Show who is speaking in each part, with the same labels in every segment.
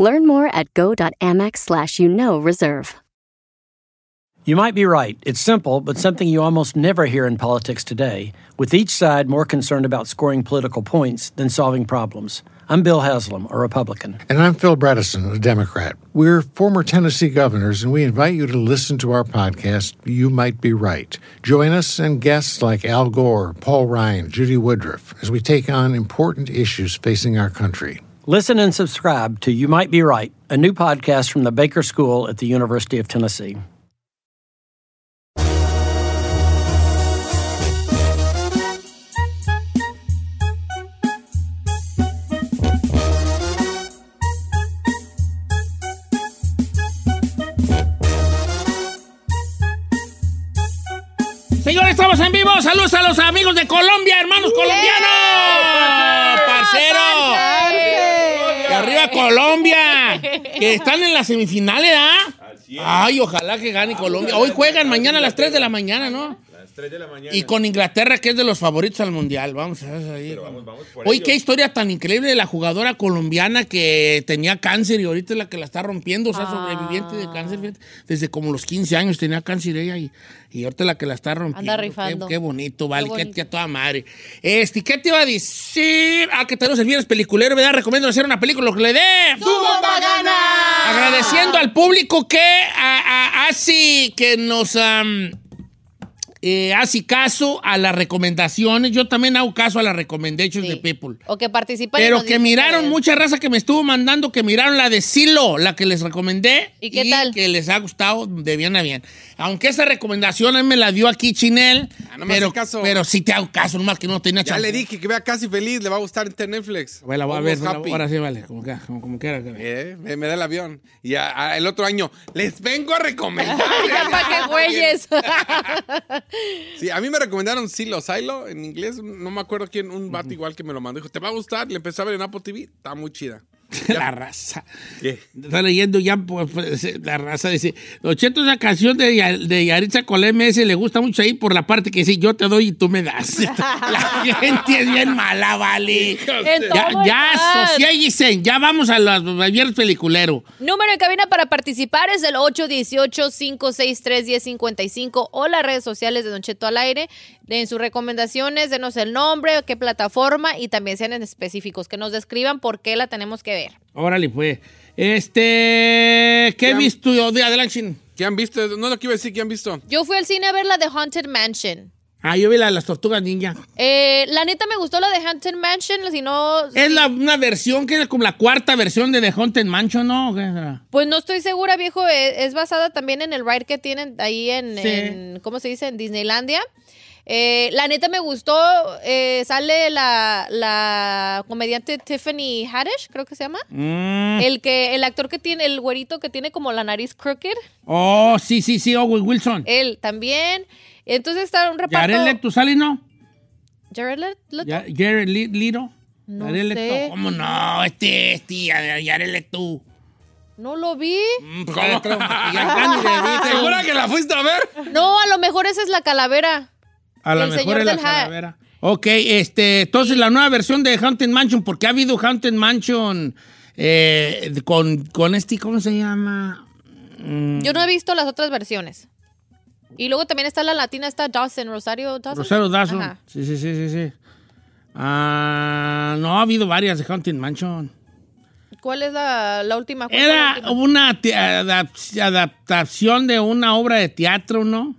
Speaker 1: Learn more at go.amex slash you know reserve.
Speaker 2: You might be right. It's simple, but something you almost never hear in politics today, with each side more concerned about scoring political points than solving problems. I'm Bill Haslam, a Republican.
Speaker 3: And I'm Phil Bredesen, a Democrat. We're former Tennessee governors, and we invite you to listen to our podcast, You Might Be Right. Join us and guests like Al Gore, Paul Ryan, Judy Woodruff, as we take on important issues facing our country.
Speaker 2: Listen and subscribe to You Might Be Right, a new podcast from the Baker School at the University of Tennessee.
Speaker 4: Señores, estamos en vivo. Saludos a los amigos de Colombia, hermanos colombianos. Parcero. Y arriba Colombia. Que están en las semifinales, ¿ah? Ay, Ah, ojalá que gane Colombia. Hoy juegan mañana a las 3 de la mañana, ¿no? Y con Inglaterra, que es de los favoritos al mundial. Vamos a ver ahí. Oye, qué historia tan increíble de la jugadora colombiana que tenía cáncer y ahorita es la que la está rompiendo. O sea, sobreviviente de cáncer. fíjate. Desde como los 15 años tenía cáncer ella y, y ahorita es la que la está rompiendo. Qué-
Speaker 5: rifando.
Speaker 4: Qué, bonito, vale. Qué,
Speaker 5: bonito.
Speaker 4: qué a toda madre. Este, ¿qué te iba a decir? Ah, que tenemos el viernes peliculero, ¿verdad? Recomiendo hacer una película, lo que le dé. Agradeciendo al público que a- a- así que nos am, eh, hace caso a las recomendaciones. Yo también hago caso a las recomendations
Speaker 5: Sí.
Speaker 4: de people.
Speaker 5: O que participan. y
Speaker 4: Pero
Speaker 5: nos
Speaker 4: que
Speaker 5: dicen
Speaker 4: miraron
Speaker 5: es.
Speaker 4: mucha raza que me estuvo mandando, que miraron la de Silo, la que les recomendé.
Speaker 5: ¿Y qué tal?
Speaker 4: Que les ha gustado de bien a bien. Aunque esa recomendación a mí me la dio aquí Chinel.
Speaker 6: Ah, no me
Speaker 4: pero,
Speaker 6: hace caso.
Speaker 4: pero sí te hago caso, nomás que no tenía
Speaker 6: Ya
Speaker 4: champú.
Speaker 6: le dije que vea Casi Feliz, le va a gustar este Netflix.
Speaker 4: Bueno, la voy a ver,
Speaker 6: Almost
Speaker 4: la-
Speaker 6: Happy.
Speaker 4: ahora sí, vale, como, que- como, como quiera. que-
Speaker 6: Eh, me, me da el avión. Y a- a- el otro año, les vengo a recomendar.
Speaker 5: Ah, Para que güeyes.
Speaker 6: Sí, a mí me recomendaron Silo, Silo, en inglés. No me acuerdo quién, un vato igual que me lo mandó. Dijo, te va a gustar. Le empecé a ver en Apple TV. Está muy chida.
Speaker 4: La raza. Está leyendo ya pues, pues, la raza. Dice: Los chetos, la canción de, Ya- de Yaritza con la MS le gusta mucho ahí por la parte que dice: Yo te doy y tú me das. la gente es bien mala, vale.
Speaker 5: En
Speaker 4: Ya,
Speaker 5: todo
Speaker 4: ya,
Speaker 5: están.
Speaker 4: sosiéguense, ya vamos a los al viernes peliculero.
Speaker 5: Número en cabina para participar es el 818-563-1055 o las redes sociales de Don Cheto al aire. En sus recomendaciones, denos el nombre, qué plataforma y también sean en específicos, que nos describan por qué la tenemos que ver.
Speaker 4: Órale, pues. Este. ¿Qué
Speaker 6: Ya.
Speaker 4: viste tú? De adelante. Shin.
Speaker 6: ¿Qué han visto? No lo que iba a decir, ¿qué han visto?
Speaker 5: Yo fui al cine a ver la de Haunted Mansion.
Speaker 4: Ah, yo vi la de las tortugas ninja.
Speaker 5: Eh, la neta me gustó la de Haunted Mansion, si no...
Speaker 4: Es la, una versión que es como la cuarta versión de The Haunted Mansion, ¿no? ¿Qué será?
Speaker 5: Pues no estoy segura, viejo. e- Es, basada también en el ride que tienen ahí en,
Speaker 4: Sí.
Speaker 5: en- ¿cómo se dice? En Disneylandia. Eh, la neta me gustó. eh, sale la, la comediante Tiffany Haddish, creo que se llama.
Speaker 4: Mm.
Speaker 5: El que, el actor que tiene, el güerito que tiene como la nariz crooked,
Speaker 4: Oh, sí, sí, sí, Owen Wilson.
Speaker 5: él también. Entonces está un reparto.
Speaker 4: Jared Leto sale, ¿no?
Speaker 5: Jared Leto.
Speaker 4: Ya- Jared Le- Leto.
Speaker 5: No
Speaker 4: Jared Leto.
Speaker 5: sé.
Speaker 4: ¿Cómo no? Este, este, ya- Jared Leto.
Speaker 5: No lo vi.
Speaker 4: Mm, pues, ya trae un maquillaje grande, le dice.
Speaker 6: ¿Segura que la fuiste a ver?
Speaker 5: No, a lo mejor esa es la calavera.
Speaker 4: A lo
Speaker 5: El
Speaker 4: mejor
Speaker 5: señor
Speaker 4: es la
Speaker 5: del Hat.
Speaker 4: calavera. Ok, este, entonces la nueva versión de Haunted Mansion, porque ha habido Haunted Mansion eh, con, con este, ¿cómo se llama? Mm,
Speaker 5: Yo no he visto las otras versiones. Y luego también está la latina, está Dawson, Rosario Dawson.
Speaker 4: Rosario Dawson.
Speaker 5: Ajá.
Speaker 4: Sí, sí, sí, sí, sí. Ah, no, ha habido varias de Haunted Mansion.
Speaker 5: ¿Cuál es la, la última? ¿Cuál fue la
Speaker 4: Era
Speaker 5: última?
Speaker 4: una te- adap- adaptación de una obra de teatro, ¿no?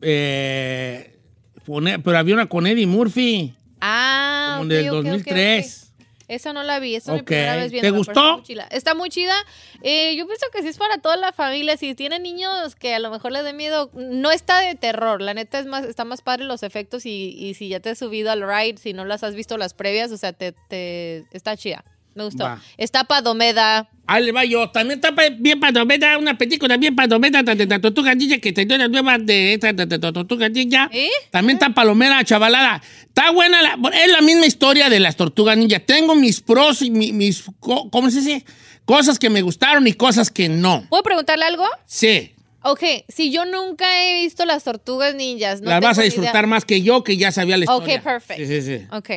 Speaker 4: Eh, pone- pero había una con Eddie Murphy,
Speaker 5: Ah,
Speaker 4: como
Speaker 5: ok,
Speaker 4: del
Speaker 5: ok, ok,
Speaker 4: 2003
Speaker 5: ok. Esa no la vi, esa es
Speaker 4: Ok.
Speaker 5: mi primera vez
Speaker 4: ¿Te
Speaker 5: viendo.
Speaker 4: gustó?
Speaker 5: Está muy chida. Está muy chida. Eh, yo pienso que sí es para toda la familia. Si tienen niños que a lo mejor les dé miedo, no está de terror. La neta es más, está más padre los efectos y, y si ya te has subido al ride, si no las has visto las previas, o sea, te, te- está chida. Me gustó.
Speaker 4: Va.
Speaker 5: Está Padomeda.
Speaker 4: Ahí le va yo. También está pa- bien palomera, una película bien palomera de la Tortuga Ninja que te dio la nueva de esta de, de- de Tortuga Ninja.
Speaker 5: ¿Eh?
Speaker 4: También está palomera, chavalada. Está buena, la- es la misma historia de las Tortugas Ninja. Tengo mis pros y mi- mis, co- ¿cómo se dice? Cosas que me gustaron y cosas que no.
Speaker 5: ¿Puedo preguntarle algo?
Speaker 4: Sí,
Speaker 5: Ok, si yo nunca he visto las tortugas ninjas, no
Speaker 4: las vas
Speaker 5: tengo
Speaker 4: a
Speaker 5: ni
Speaker 4: disfrutar más que yo que ya sabía la
Speaker 5: Ok,
Speaker 4: historia.
Speaker 5: perfect.
Speaker 4: Sí, sí, sí.
Speaker 5: idea. Ok.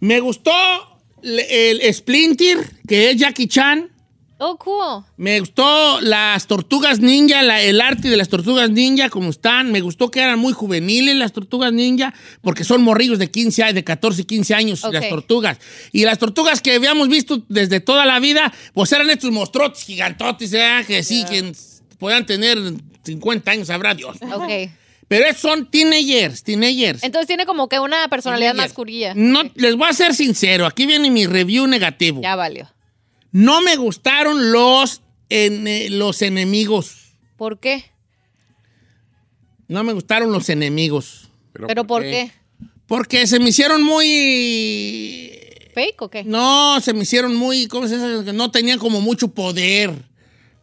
Speaker 4: Me gustó le- el Splinter, que es Jackie Chan.
Speaker 5: Oh, cool.
Speaker 4: Me gustó las tortugas ninja, la- el arte de las tortugas ninja, como están. Me gustó que eran muy juveniles las tortugas ninja, porque son morrillos de 15 años, de 14, 15 años
Speaker 5: Ok.
Speaker 4: las tortugas. Y las tortugas que habíamos visto desde toda la vida, pues eran estos monstruotes gigantotes, ¿eh? que sí, que puedan tener 50 años, sabrá Dios.
Speaker 5: Ok.
Speaker 4: Pero esos son teenagers, teenagers.
Speaker 5: Entonces tiene como que una personalidad
Speaker 4: Teenagers.
Speaker 5: más curilla.
Speaker 4: No, les voy a ser sincero, aquí viene mi review negativo.
Speaker 5: Ya valió.
Speaker 4: No me gustaron los, ene- los enemigos.
Speaker 5: ¿Por qué?
Speaker 4: No me gustaron los enemigos.
Speaker 5: ¿Pero por qué?
Speaker 4: Porque se me hicieron muy.
Speaker 5: ¿Fake o qué?
Speaker 4: No, se me hicieron muy. ¿Cómo se dice? Que No tenían como mucho poder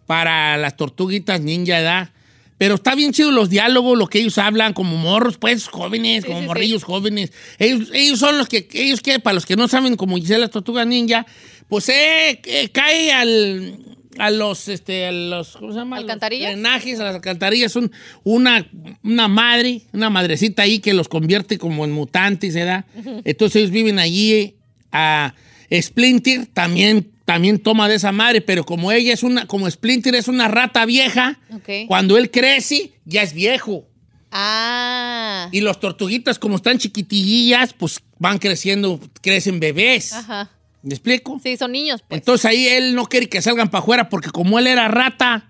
Speaker 4: para las tortuguitas ninja, ¿verdad? Pero está bien chido los diálogos, lo que ellos hablan, como morros, pues, jóvenes, como
Speaker 5: sí,
Speaker 4: morrillos jóvenes. Ellos, ellos son los que, ellos que, para los que no saben cómo dice las tortugas ninja, pues eh, eh, cae al, a los, este, a los, ¿cómo se llama?
Speaker 5: ¿Alcantarillas?
Speaker 4: Los drenajes, a las alcantarillas, son una, una madre, una madrecita ahí que los convierte como en mutantes, ¿verdad? Entonces ellos viven allí, eh, a Splinter también, también toma de esa madre, pero como ella es una, como Splinter es una rata vieja,
Speaker 5: Ok.
Speaker 4: cuando él crece, ya es viejo.
Speaker 5: Ah.
Speaker 4: Y los tortuguitas, como están chiquitillillas, pues van creciendo, crecen bebés.
Speaker 5: Ajá.
Speaker 4: ¿Me explico?
Speaker 5: Sí, son niños, pues.
Speaker 4: Entonces ahí él no quiere que salgan para afuera porque como él era rata,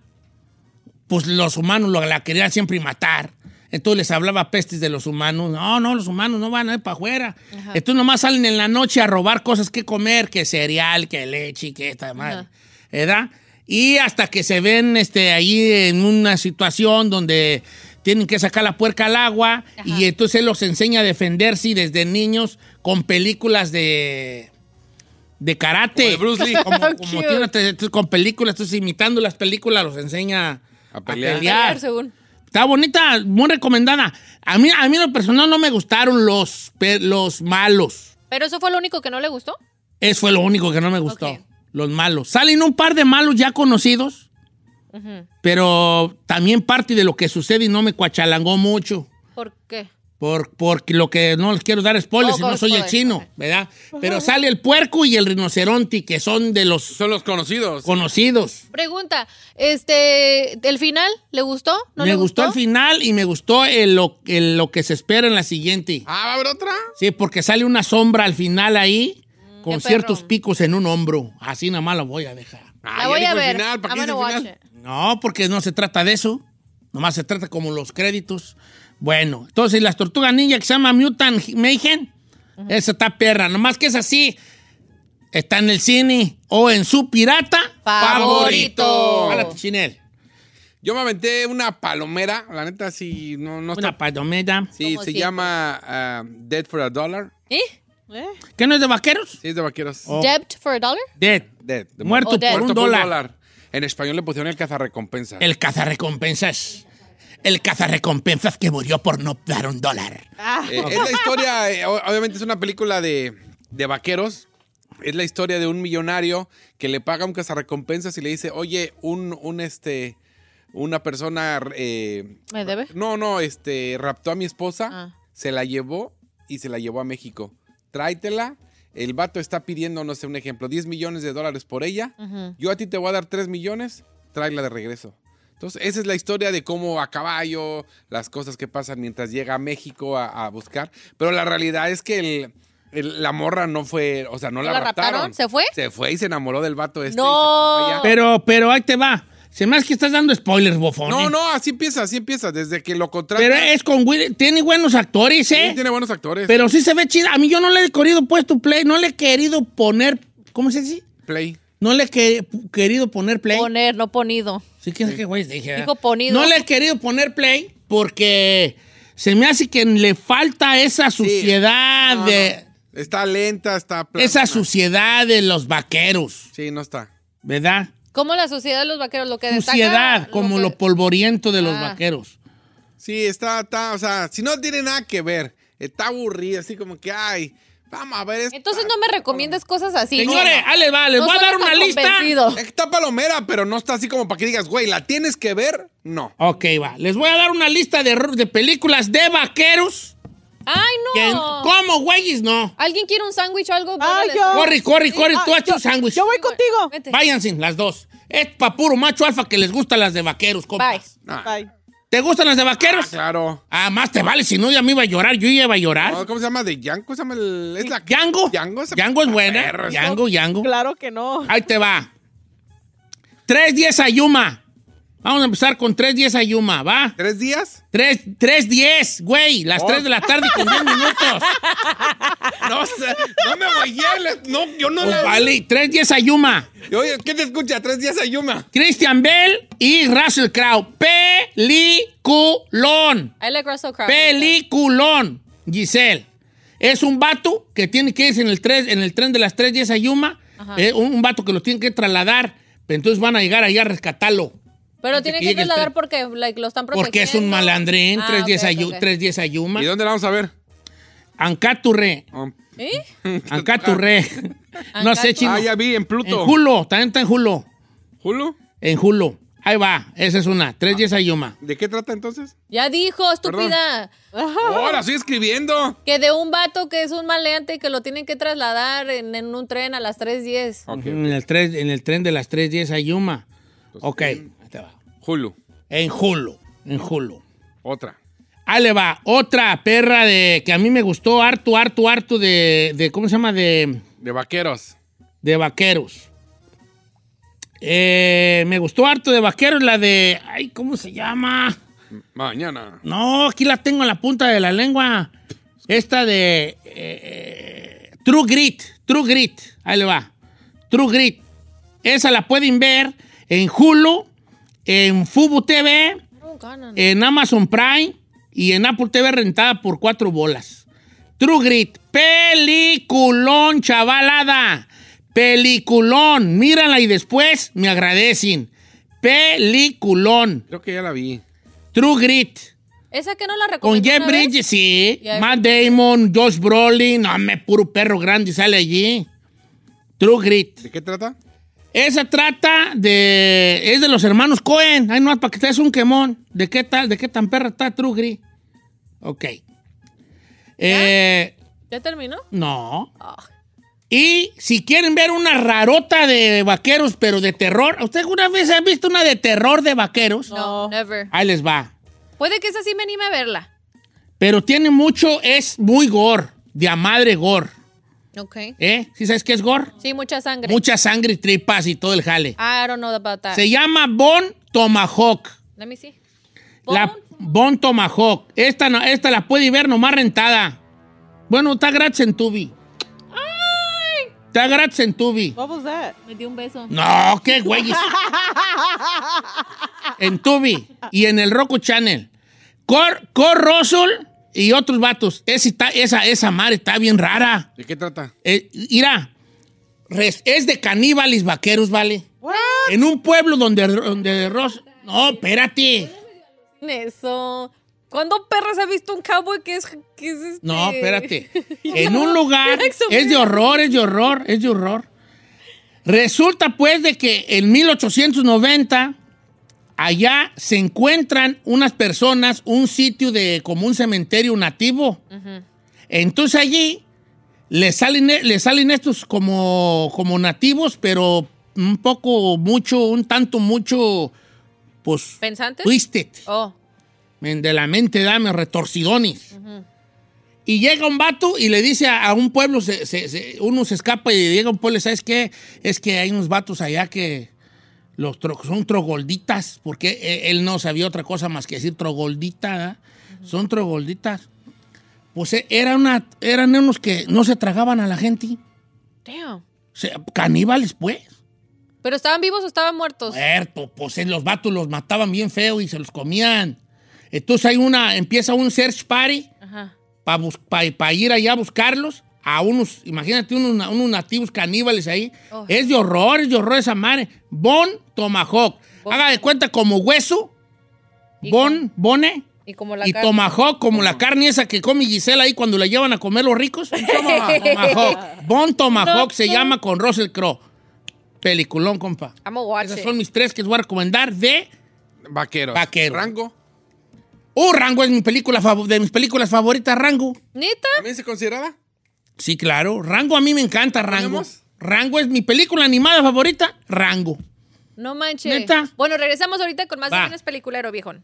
Speaker 4: pues los humanos lo, la querían siempre matar. Entonces les hablaba pestes de los humanos. No, no, los humanos no van a ir para afuera. Entonces nomás salen en la noche a robar cosas que comer, que cereal, que leche, que esta madre. ¿Verdad? Y hasta que se ven este, ahí en una situación donde tienen que sacar la puerca al agua y entonces él los enseña a defenderse y desde niños con películas de, de karate.
Speaker 6: Como de Bruce Lee.
Speaker 4: Como, como
Speaker 5: Cute.
Speaker 4: tiene una te- te- con películas, entonces imitando las películas los enseña
Speaker 6: A pelear.
Speaker 5: Pelear, según.
Speaker 4: Está bonita, muy recomendada. A mí, a mí en lo personal no me gustaron los, pe- los malos.
Speaker 5: Pero eso fue lo único que no le gustó.
Speaker 4: Eso fue lo único que no me gustó.
Speaker 5: Ok.
Speaker 4: Los malos. Salen un par de malos ya conocidos, pero también parte de lo que sucede y no me cuachalangó mucho.
Speaker 5: ¿Por qué?
Speaker 4: Por, porque lo que no les quiero dar spoilers,
Speaker 5: Oh,
Speaker 4: si no
Speaker 5: con
Speaker 4: soy el
Speaker 5: spoilers,
Speaker 4: chino,
Speaker 5: ok.
Speaker 4: ¿verdad? Pero sale el puerco y el rinoceronte, que son de los
Speaker 6: Son los conocidos.
Speaker 4: conocidos.
Speaker 5: Pregunta, este, ¿el final le gustó? ¿No
Speaker 4: me
Speaker 5: le
Speaker 4: gustó? el final y me gustó el lo, el lo que se espera en la siguiente.
Speaker 6: Ah, ¿va a haber otra?
Speaker 4: Sí, porque sale una sombra al final ahí con
Speaker 5: Mm, qué
Speaker 4: ciertos
Speaker 5: perro.
Speaker 4: picos en un hombro. Así nada más la voy a dejar.
Speaker 6: Ah,
Speaker 5: La
Speaker 6: ya
Speaker 5: voy
Speaker 6: dijo
Speaker 5: a
Speaker 6: el
Speaker 5: ver.
Speaker 6: final, ¿para
Speaker 5: I'm
Speaker 6: qué dice
Speaker 5: gonna
Speaker 6: el
Speaker 5: watch
Speaker 6: final?
Speaker 5: it.
Speaker 4: No, porque no se trata de eso. Nomás se trata como los créditos. Bueno, entonces las tortugas ninja que se llama Mutant Mayhem, esa está perra. Nomás que es así. Está en el cine o en su pirata
Speaker 5: Favorito.
Speaker 4: Jálate, Chinel.
Speaker 6: Yo me aventé una palomera. La neta, sí, no, no está.
Speaker 4: Una palomera.
Speaker 6: Sí,
Speaker 5: Como
Speaker 6: se
Speaker 5: siempre.
Speaker 6: llama ah, Dead for a Dollar.
Speaker 5: ¿Eh?
Speaker 4: ¿Qué no es de vaqueros?
Speaker 6: Sí, es de vaqueros.
Speaker 4: Oh.
Speaker 5: ¿Debt for a dollar?
Speaker 4: Dead.
Speaker 6: Dead. de
Speaker 4: Muerto
Speaker 5: O dead.
Speaker 4: por un
Speaker 6: Muerto por
Speaker 4: dólar.
Speaker 6: En español le pusieron el cazarrecompensas.
Speaker 4: El cazarrecompensas. El cazarrecompensas que murió por no dar un dólar.
Speaker 6: Eh, es la historia, eh, o- obviamente es una película de, de vaqueros. Es la historia de un millonario que le paga un cazarrecompensas y le dice, oye, un, un este, una persona, eh,
Speaker 5: ¿Me debe?
Speaker 6: no, no, este, raptó a mi esposa,
Speaker 5: Ah.
Speaker 6: se la llevó y se la llevó a México. Tráetela. El vato está pidiendo, no sé, un ejemplo, 10 millones de dólares por ella.
Speaker 5: Ujú.
Speaker 6: Yo a ti te voy a dar 3 millones, tráela de regreso. Entonces, esa es la historia de cómo a caballo, las cosas que pasan mientras llega a México a, a buscar. Pero la realidad es que el- el- la morra no fue, o sea, no
Speaker 5: ¿No
Speaker 6: la,
Speaker 5: la
Speaker 6: raptaron.
Speaker 5: raptaron? ¿Se fue?
Speaker 6: Se fue y se enamoró del vato este. y se
Speaker 5: No.
Speaker 6: fue para allá.
Speaker 4: Pero, pero ahí te va. Se me hace que estás dando spoilers, bofón. ¿eh?
Speaker 6: No, no, así empieza, así empieza. Desde que lo contratan.
Speaker 4: Pero es con Will. Tiene buenos actores,
Speaker 6: Sí,
Speaker 4: ¿eh?
Speaker 6: tiene buenos actores.
Speaker 4: Pero sí se ve chida. A mí yo no le he querido pues tu play. No le he querido poner. ¿Cómo se dice?
Speaker 6: Play.
Speaker 4: No le he que- querido poner play.
Speaker 5: Poner, no ponido.
Speaker 4: Sí, que qué güey dije. ¿verdad?
Speaker 5: Dijo ponido.
Speaker 4: No le he querido poner play porque se me hace que le falta esa suciedad
Speaker 6: No,
Speaker 4: de.
Speaker 6: Está lenta, está plana.
Speaker 4: Esa suciedad de los vaqueros,
Speaker 6: Sí, no está.
Speaker 4: ¿verdad?
Speaker 5: Como la sociedad de los vaqueros, lo que destaca.
Speaker 4: Suciedad, como
Speaker 5: que-
Speaker 4: lo polvoriento de los
Speaker 5: Ah.
Speaker 4: vaqueros.
Speaker 6: Sí, está, está, o sea, si no tiene nada que ver, está aburrida, así como que, ay, vamos a ver esto.
Speaker 5: Entonces no me recomiendas cosas así.
Speaker 4: Señores,
Speaker 5: no, no.
Speaker 4: ahí les va, les
Speaker 5: No
Speaker 4: voy a
Speaker 5: suenas
Speaker 4: dar una
Speaker 5: tan
Speaker 4: lista.
Speaker 5: convencido.
Speaker 6: Está palomera, pero no está así como para que digas, güey, ¿la tienes que ver? No.
Speaker 4: Ok, va. Les voy a dar una lista de, ro- de películas de vaqueros.
Speaker 5: Ay,
Speaker 4: que-
Speaker 5: no.
Speaker 4: ¿Cómo, güeyes? No.
Speaker 5: ¿Alguien quiere un sándwich o algo?
Speaker 7: Ah,
Speaker 5: Póngale-
Speaker 7: yo.
Speaker 4: Corre, corre, corre,
Speaker 7: Ah,
Speaker 4: tú haz
Speaker 7: yo-
Speaker 4: un sándwich.
Speaker 7: Yo voy contigo.
Speaker 5: Vente.
Speaker 4: Váyanse, las dos. Es pa' puro macho alfa que les gustan las de vaqueros, compas.
Speaker 6: Ah,
Speaker 7: Bye.
Speaker 4: ¿Te gustan las de vaqueros?
Speaker 6: Claro.
Speaker 4: Ah, más te vale, si no ya me iba a llorar, yo ya iba a
Speaker 6: No,
Speaker 4: llorar.
Speaker 6: ¿Cómo se llama? ¿De Yanko? ¿Se llama el...? ¿Es la...
Speaker 4: Yango.
Speaker 6: Yango es-
Speaker 4: Yango es buena.
Speaker 6: Perro, es-
Speaker 4: Yango, Yango.
Speaker 7: Claro que no.
Speaker 4: Ahí te va. 310 Ayuma. Vamos a empezar con 310 Ayuma, ¿va?
Speaker 6: ¿Tres días? Oh.
Speaker 4: 310, güey. Las 3 de la tarde con 10 minutos.
Speaker 6: No sé, no me voy a ir, No, yo no
Speaker 4: Pues
Speaker 6: la...
Speaker 4: vale, 310 Ayuma.
Speaker 6: Oye, ¿qué te escucha? Tres días a Yuma.
Speaker 4: Christian Bell y Russell Crowe. Peliculón.
Speaker 5: I like Russell Crowe.
Speaker 4: Peliculón, Giselle. Es un vato que tiene que irse en el, tres- en el tren de las 3.10 a Yuma. Eh, un, un vato que lo tiene que trasladar. Pero entonces van a llegar allá a rescatarlo.
Speaker 5: Pero
Speaker 4: Antes
Speaker 5: tiene
Speaker 4: que
Speaker 5: que
Speaker 4: llegue el
Speaker 5: trasladar
Speaker 4: tren.
Speaker 5: porque like, lo están protegiendo.
Speaker 4: Porque es un malandrín.
Speaker 5: Ah,
Speaker 4: 3.10 a
Speaker 5: ok,
Speaker 4: Yu-
Speaker 5: ok, ok.
Speaker 4: 3.10 a Yuma.
Speaker 6: ¿Y dónde la vamos a ver?
Speaker 4: Ancaturre.
Speaker 6: Oh.
Speaker 5: ¿Eh?
Speaker 4: Ancaturre. no sé, chino.
Speaker 6: Ah, ya vi, en
Speaker 4: en
Speaker 6: Pluto.
Speaker 4: Julo. También está en Julo.
Speaker 6: ¿Julo? Ah.
Speaker 4: En Julo. Ahí va. Esa es una. 3.10 a Yuma.
Speaker 6: ¿De qué trata entonces?
Speaker 5: Ya dijo, estúpida.
Speaker 6: Ahora estoy escribiendo.
Speaker 5: Que de un vato que es un maleante y que lo tienen que trasladar en, en un tren a las 3.10.
Speaker 4: En, el tres- en el tren de las 3.10 a Yuma. Ok. ahí te va.
Speaker 6: Julo.
Speaker 4: En Julo. En Julo.
Speaker 6: Otra.
Speaker 4: Ahí le va, otra perra de que a mí me gustó harto, harto, harto de, de ¿cómo se llama? De,
Speaker 6: De vaqueros.
Speaker 4: de vaqueros. Eh, me gustó harto de vaqueros la de, ay, ¿cómo se llama?
Speaker 6: Mañana.
Speaker 4: No, aquí la tengo en la punta de la lengua. Esta de eh, True Grit, True Grit, ahí le va. True Grit. Esa la pueden ver en Hulu, en Fubu TV,
Speaker 5: No ganan.
Speaker 4: en Amazon Prime y en Apple TV rentada por cuatro bolas. True Grit, peliculón, chavalada. Peliculón, mírala y después me agradecen. Peliculón,
Speaker 6: Creo que ya la vi.
Speaker 4: True Grit.
Speaker 5: Esa que no la
Speaker 4: Con
Speaker 5: recomiendo.
Speaker 4: Jeff Bridges, sí.
Speaker 5: Ya.
Speaker 4: Matt Damon, Josh Brolin. No, me puro perro grande sale allí. True Grit.
Speaker 6: ¿De qué trata?
Speaker 4: Esa trata de. Es de los hermanos Cohen. Ay, no, para que te des un quemón. ¿De qué tal? ¿De qué tan perra está Trugri? Ok. Eh,
Speaker 5: ¿Ya terminó?
Speaker 4: no.
Speaker 5: Ah.
Speaker 4: Y si quieren ver una rarota de vaqueros, pero de terror. ¿Usted alguna vez ha visto una de terror de vaqueros?
Speaker 5: No, never.
Speaker 4: Ahí les va.
Speaker 5: Puede que esa sí me anime a verla.
Speaker 4: Pero tiene mucho, es muy gore. De a madre gore.
Speaker 5: Ok.
Speaker 4: ¿Eh? ¿Sí sabes qué es gore?
Speaker 5: Sí, mucha sangre. Ah,
Speaker 4: Mucha sangre y tripas y todo el jale.
Speaker 5: I don't know about that.
Speaker 4: Se llama Bon Tomahawk.
Speaker 5: Let me see.
Speaker 4: La Bon Tomahawk. Esta, no- esta la puede ver nomás rentada. Bueno, está gratis en Tubi. Está gratis en Tubi.
Speaker 7: What was that?
Speaker 5: Me dio un beso.
Speaker 4: No, qué güeyes. en Tubi y en el Roku Channel. Cor, Cor Russell y otros vatos. Esa, está- esa, esa madre está bien rara.
Speaker 6: ¿De qué trata?
Speaker 4: Eh, mira, res- es de caníbales vaqueros, ¿vale?
Speaker 7: What?
Speaker 4: En un pueblo donde, donde Ros- No, espérate.
Speaker 5: Eso. ¿Cuándo perros ha visto un cowboy que es, que es este?
Speaker 4: No, espérate. En un lugar. Es de horror, es de horror, es de horror. Resulta pues de que en 1890 allá se encuentran unas personas, un sitio de como un cementerio nativo. Entonces allí le salen, le salen estos como, como nativos, pero un poco, mucho, un tanto, mucho, pues,
Speaker 5: ¿Pensantes?
Speaker 4: twisted.
Speaker 5: Oh.
Speaker 4: Men, De la mente dame retorcidones. Y llega un vato y le dice a, a un pueblo, se- se- se- uno se escapa y llega a un pueblo, ¿sabes qué? Es que hay unos vatos allá que los tro- son trogolditas, porque e- él no sabía otra cosa más que decir trogoldita, ¿verdad? son trogolditas. Pues e- era una, eran unos que no se tragaban a la gente,
Speaker 5: Damn.
Speaker 4: se- caníbales pues.
Speaker 5: ¿Pero estaban vivos o estaban muertos?
Speaker 4: Muerto, pues eh, los vatos los mataban bien feo y se los comían. Entonces hay una, empieza un search party
Speaker 5: Ajá.
Speaker 4: para ir allá a buscarlos. a unos, imagínate, unos, na- unos nativos caníbales ahí.
Speaker 5: Oh.
Speaker 4: Es de horror, es de horror esa madre. Bon Tomahawk. Haga de cuenta como hueso.
Speaker 5: Y
Speaker 4: Bon, bone.
Speaker 5: Y como la
Speaker 4: y
Speaker 5: carne. Oh.
Speaker 4: tomahawk, como la carne esa que come Gisela ahí cuando la llevan a comer los ricos. tomahawk. Bon Tomahawk se llama con Russell Crowe. Peliculón, compa.
Speaker 5: I'm a watch
Speaker 4: Esas
Speaker 5: it.
Speaker 4: son mis tres que les voy a recomendar de...
Speaker 6: Vaqueros.
Speaker 4: Vaqueros.
Speaker 6: Rango.
Speaker 4: Oh, Rango es mi película fav- de mis películas favoritas, Rango.
Speaker 5: ¿Neta?
Speaker 6: ¿También se consideraba?
Speaker 4: Sí, claro. Rango a mí me encanta, Rango.
Speaker 6: ponemos?
Speaker 4: Rango es mi película animada favorita, Rango.
Speaker 5: No manches.
Speaker 4: ¿Neta?
Speaker 5: Bueno, regresamos ahorita con más
Speaker 4: Va.
Speaker 5: de Viernes Peliculero, viejón.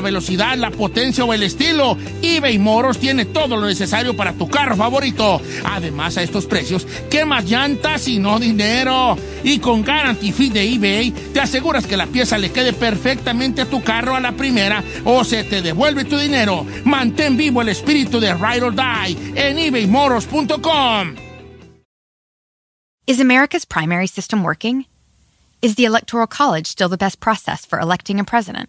Speaker 4: velocidad, la potencia o el estilo, eBay Moros tiene todo lo necesario para tu carro favorito. Además, a estos precios, ¿qué más llantas y no dinero? Y con Guarantee Fee de eBay, te aseguras que la pieza le quede perfectamente a tu carro a la primera o se te devuelve tu dinero. Mantén vivo el espíritu de Ride or Die en ebaymoros.com.
Speaker 7: Is America's primary system working? Is the Electoral College still the best process for electing a president?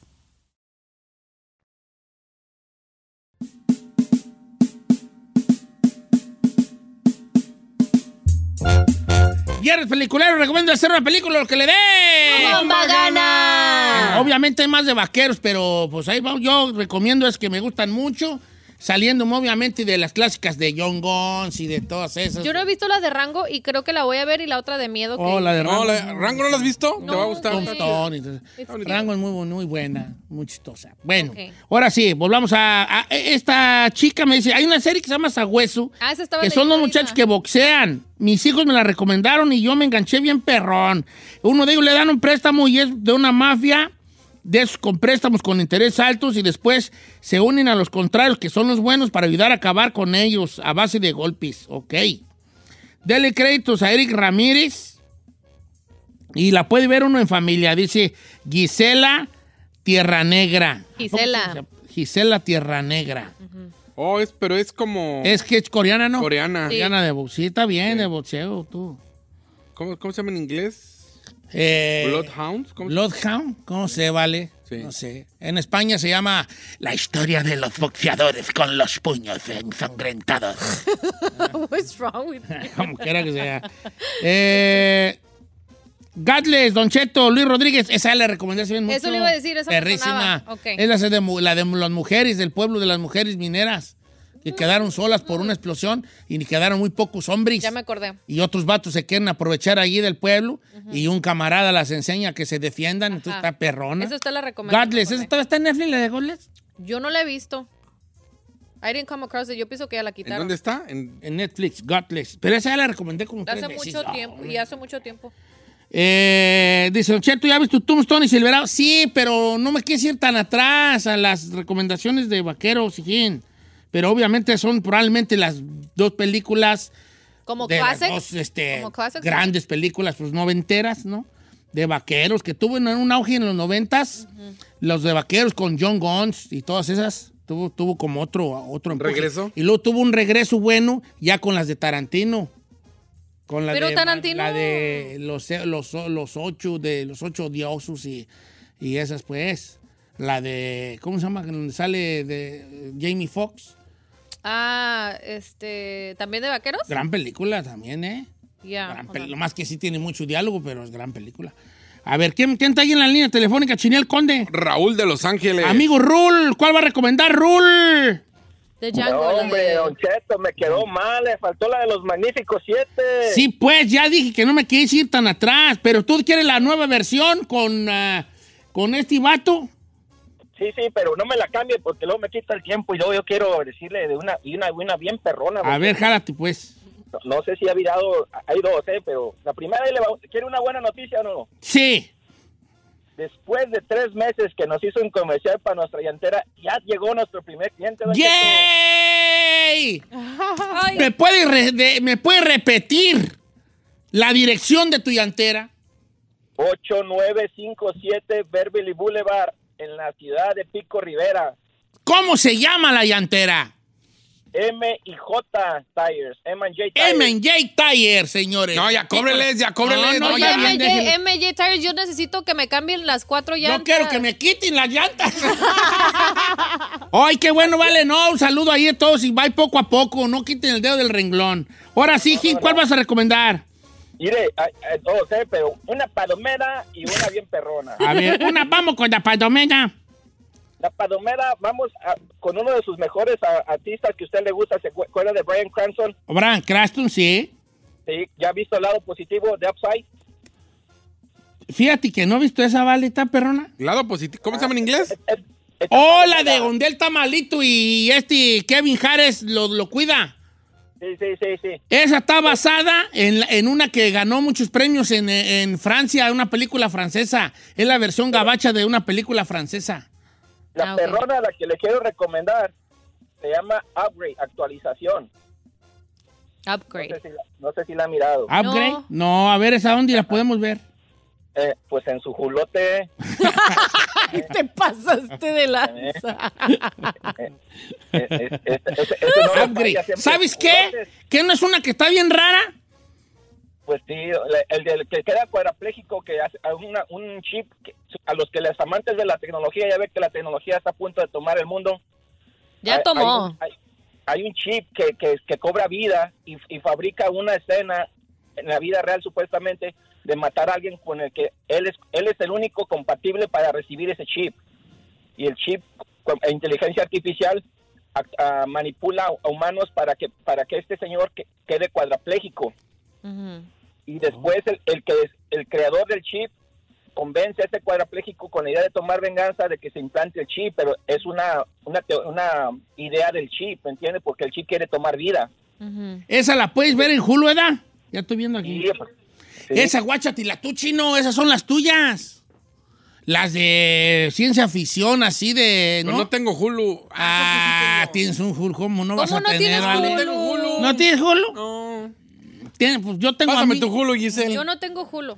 Speaker 4: Viernes peliculero, recomiendo hacer una película lo que le dé.
Speaker 5: ¡Bomba gana!
Speaker 4: Obviamente hay más de vaqueros, pero pues ahí va. Yo recomiendo es que me gustan mucho, saliendo obviamente de las clásicas de John Guns y de todas esas.
Speaker 5: Yo no he visto la de Rango y creo que la voy a ver y la otra de miedo. que-
Speaker 4: Oh, la de
Speaker 6: No,
Speaker 4: Rango.
Speaker 6: la- ¿Rango no lo has visto?
Speaker 5: No,
Speaker 6: Te va a gustar.
Speaker 5: no, no.
Speaker 4: Tontón, entonces,
Speaker 5: It's
Speaker 4: Rango es muy, bu- muy buena, muy chistosa. Bueno,
Speaker 5: Ok.
Speaker 4: ahora sí, volvamos a, a- Esta chica me dice, hay una serie que se llama Sagüeso,
Speaker 5: Ah, esa estaba
Speaker 4: que son los
Speaker 5: leyendo
Speaker 4: muchachos
Speaker 5: ahorita.
Speaker 4: que boxean. Mis hijos me la recomendaron y yo me enganché bien perrón. Uno de ellos le dan un préstamo y es de una mafia, de esos con préstamos con intereses altos y después se unen a los contrarios, que son los buenos, para ayudar a acabar con ellos a base de golpes. Ok. Dele créditos a Eric Ramírez. Y la puede ver uno en familia. Dice Gisela Tierra Negra.
Speaker 5: Gisela.
Speaker 4: Gisela Tierra Negra.
Speaker 6: Oh, es, pero es como
Speaker 4: Es que es coreana, ¿no?
Speaker 6: coreana.
Speaker 4: Coreana de boxeo. Sí, está bien, de boxeo, tú.
Speaker 6: ¿Cómo, cómo se llama en inglés?
Speaker 4: Eh,
Speaker 6: Bloodhounds. ¿Cómo se-
Speaker 4: Bloodhound, ¿cómo se vale?
Speaker 6: Sí.
Speaker 4: No sé. En España se llama La historia de los boxeadores con los puños ensangrentados.
Speaker 5: What's wrong with you?
Speaker 4: Como quiera que sea. Eh, Gatles, Don Cheto, Luis Rodríguez, esa la recomendé hace bien mucho.
Speaker 5: Eso le iba a decir, esa me
Speaker 4: Perrísima.
Speaker 5: sonaba. Ok.
Speaker 4: Es la de, mu- la de las mujeres, del pueblo de las mujeres mineras, que quedaron solas por una explosión y ni quedaron muy pocos hombres.
Speaker 5: Ya me acordé.
Speaker 4: Y otros vatos se quieren aprovechar allí del pueblo y un camarada las enseña que se defiendan, entonces
Speaker 5: Ajá.
Speaker 4: está perrona.
Speaker 5: Eso está la recomendación.
Speaker 4: Gatles, ¿esa todavía está en Netflix la de Gatles?
Speaker 5: Yo no la he visto. I didn't come across it. Yo pienso que ya la
Speaker 6: ¿En
Speaker 5: quitaron.
Speaker 6: dónde está? En-
Speaker 4: En Netflix, Gatles. Pero esa ya la recomendé como tres
Speaker 5: Hace
Speaker 4: veces.
Speaker 5: mucho
Speaker 4: No,
Speaker 5: tiempo.
Speaker 4: hombre.
Speaker 5: Y hace mucho tiempo.
Speaker 4: Eh, dice, Don Cheto, ¿ya ves tu Tombstone y Silverado? Sí, pero no me quise ir tan atrás a las recomendaciones de Vaqueros y Jin. Pero obviamente son probablemente las dos películas
Speaker 5: Como
Speaker 4: de las
Speaker 5: classics.
Speaker 4: dos, este,
Speaker 5: como classics.
Speaker 4: grandes películas, pues noventeras, ¿no? De vaqueros, que tuvo en un auge en los noventas, los de vaqueros con John Guns y todas esas, tuvo, tuvo como otro, otro empuje.
Speaker 6: ¿Regreso?
Speaker 4: Y luego tuvo un regreso bueno ya con las de Tarantino. Con la
Speaker 5: Pero
Speaker 4: de,
Speaker 5: Tarantino-
Speaker 4: La de los, los, los ocho, de los ocho diosos y, y esas, pues. La de, ¿cómo se llama? Donde sale de Jamie Foxx.
Speaker 5: Ah, este. ¿También de vaqueros?
Speaker 4: Gran película también, ¿eh?
Speaker 5: Yeah,
Speaker 4: Gran
Speaker 5: hold
Speaker 4: pel-
Speaker 5: on.
Speaker 4: lo más que sí tiene mucho diálogo, pero es gran película. A ver, ¿quién, quién está ahí en la línea telefónica? Chiniel Conde.
Speaker 6: Raúl de Los Ángeles.
Speaker 4: Amigo Rul, ¿cuál va a recomendar Rul?
Speaker 5: The
Speaker 8: No,
Speaker 5: Django. la
Speaker 8: hombre,
Speaker 5: de-
Speaker 8: Don Cheto, me quedó mal. Le faltó la de los Magníficos Siete.
Speaker 4: Sí, pues, ya dije que no me quieres ir tan atrás, pero tú quieres la nueva versión con, ah, con este vato.
Speaker 8: Sí, sí, pero no me la cambie porque luego me quita el tiempo y luego yo quiero decirle de una y una, una bien perrona.
Speaker 4: A
Speaker 8: porque
Speaker 4: ver, jálate, pues.
Speaker 8: No, no sé si ha virado, hay dos, eh, pero la primera, ahí le va- ¿quiere una buena noticia o no?
Speaker 4: Sí.
Speaker 8: Después de tres meses que nos hizo un comercial para nuestra llantera, ya llegó nuestro primer cliente. don Cheto.
Speaker 4: ¡Yay! ¿Me puedes, re- de- ¿Me puedes repetir la dirección de tu llantera?
Speaker 8: 8957 Beverly Boulevard, en la ciudad de Pico Rivera.
Speaker 4: ¿Cómo se llama la llantera?
Speaker 8: M y J Tires, M and J Tires.
Speaker 4: M&J Tire, señores.
Speaker 6: No, ya cóbreles, ya cóbreles.
Speaker 4: No, no,
Speaker 6: No,
Speaker 4: ya
Speaker 6: ya
Speaker 4: bien, déjelo.
Speaker 5: MJ, MJ Tires, yo necesito que me cambien las cuatro llantas.
Speaker 4: No quiero que me quiten las llantas. Ay, qué bueno, vale. No, un saludo ahí a todos y va poco a poco. No quiten el dedo del renglón. Ahora sí, Gil, ¿cuál vas a recomendar?
Speaker 8: Mire, hay- hay dos, eh, pero una palomera y una bien perrona.
Speaker 4: A ver, una, vamos con la palomera.
Speaker 8: La Palomera, vamos a- con uno de sus mejores a- artistas que a usted le gusta, ¿se acu- acuerda de Brian Cranston?
Speaker 4: Brian Craston, sí.
Speaker 8: Sí, ¿Ya ha visto el lado positivo de Upside?
Speaker 4: Fíjate que no he visto esa baleta, perrona.
Speaker 6: Lado positivo. ¿Cómo se llama en inglés?
Speaker 8: Es- es-
Speaker 4: Hola, de donde el tamalito y este Kevin Harris lo, lo cuida.
Speaker 8: Sí, sí, sí, sí.
Speaker 4: Esa está basada en, la- en una que ganó muchos premios en, en Francia, una película francesa. Es la versión gabacha de una película francesa.
Speaker 8: La
Speaker 5: Ah, ok.
Speaker 8: perrona a la que le quiero recomendar se llama Upgrade, actualización. No sé
Speaker 5: Upgrade.
Speaker 8: si la, no sé si la ha mirado.
Speaker 4: ¿Upgrade? No. a ver, ¿esa dónde la podemos ver?
Speaker 8: Eh, pues en su julote.
Speaker 5: Ay, te pasaste de lanza.
Speaker 8: eh, es- es- es- ese no le
Speaker 4: Upgrade.
Speaker 8: falla, siempre
Speaker 4: ¿Sabes
Speaker 8: sus
Speaker 4: qué?
Speaker 8: julotes.
Speaker 4: ¿Qué no es una que está bien rara?
Speaker 8: Pues sí, la- el, del que queda cuadrapléjico, que hace a una- un chip, que- a los que les amantes de la tecnología, ya ve que la tecnología está a punto de tomar el mundo. Hay-
Speaker 5: Ya
Speaker 8: hay
Speaker 5: tomó.
Speaker 8: un- Hay, hay un chip que, que- que cobra vida y, y fabrica una escena en la vida real supuestamente de matar a alguien con el que él es, él es el único compatible para recibir ese chip. Y el chip, con e inteligencia artificial, act- ah, manipula a humanos para que, para que este señor que- quede cuadrapléjico
Speaker 5: Ujú.
Speaker 8: y después el, el que es el creador del chip convence a este cuadrapléjico con la idea de tomar venganza de que se implante el chip, pero es una una, teo- una idea del chip, ¿me entiendes? Porque el chip quiere tomar vida.
Speaker 5: Ujú.
Speaker 4: Esa la puedes ver en Hulu, ¿verdad? Ya estoy viendo aquí.
Speaker 8: Y, pues, sí,
Speaker 4: Esa guáchate, la tú, chino, esas son las tuyas. Las de ciencia ficción, así de...
Speaker 6: Pero
Speaker 4: ¿no?
Speaker 6: no tengo Hulu.
Speaker 4: Ah, tienes un Hulu, ¿cómo no vas a
Speaker 5: ¿Cómo no
Speaker 4: tener?
Speaker 5: tienes
Speaker 4: vale?
Speaker 6: No
Speaker 5: Hulu?
Speaker 6: tengo Hulu.
Speaker 4: ¿No tienes Hulu?
Speaker 6: No.
Speaker 4: Tienes- pues yo tengo a
Speaker 6: Pásame
Speaker 4: mí.
Speaker 6: tu Hulu, Giselle.
Speaker 5: Yo no tengo Hulu.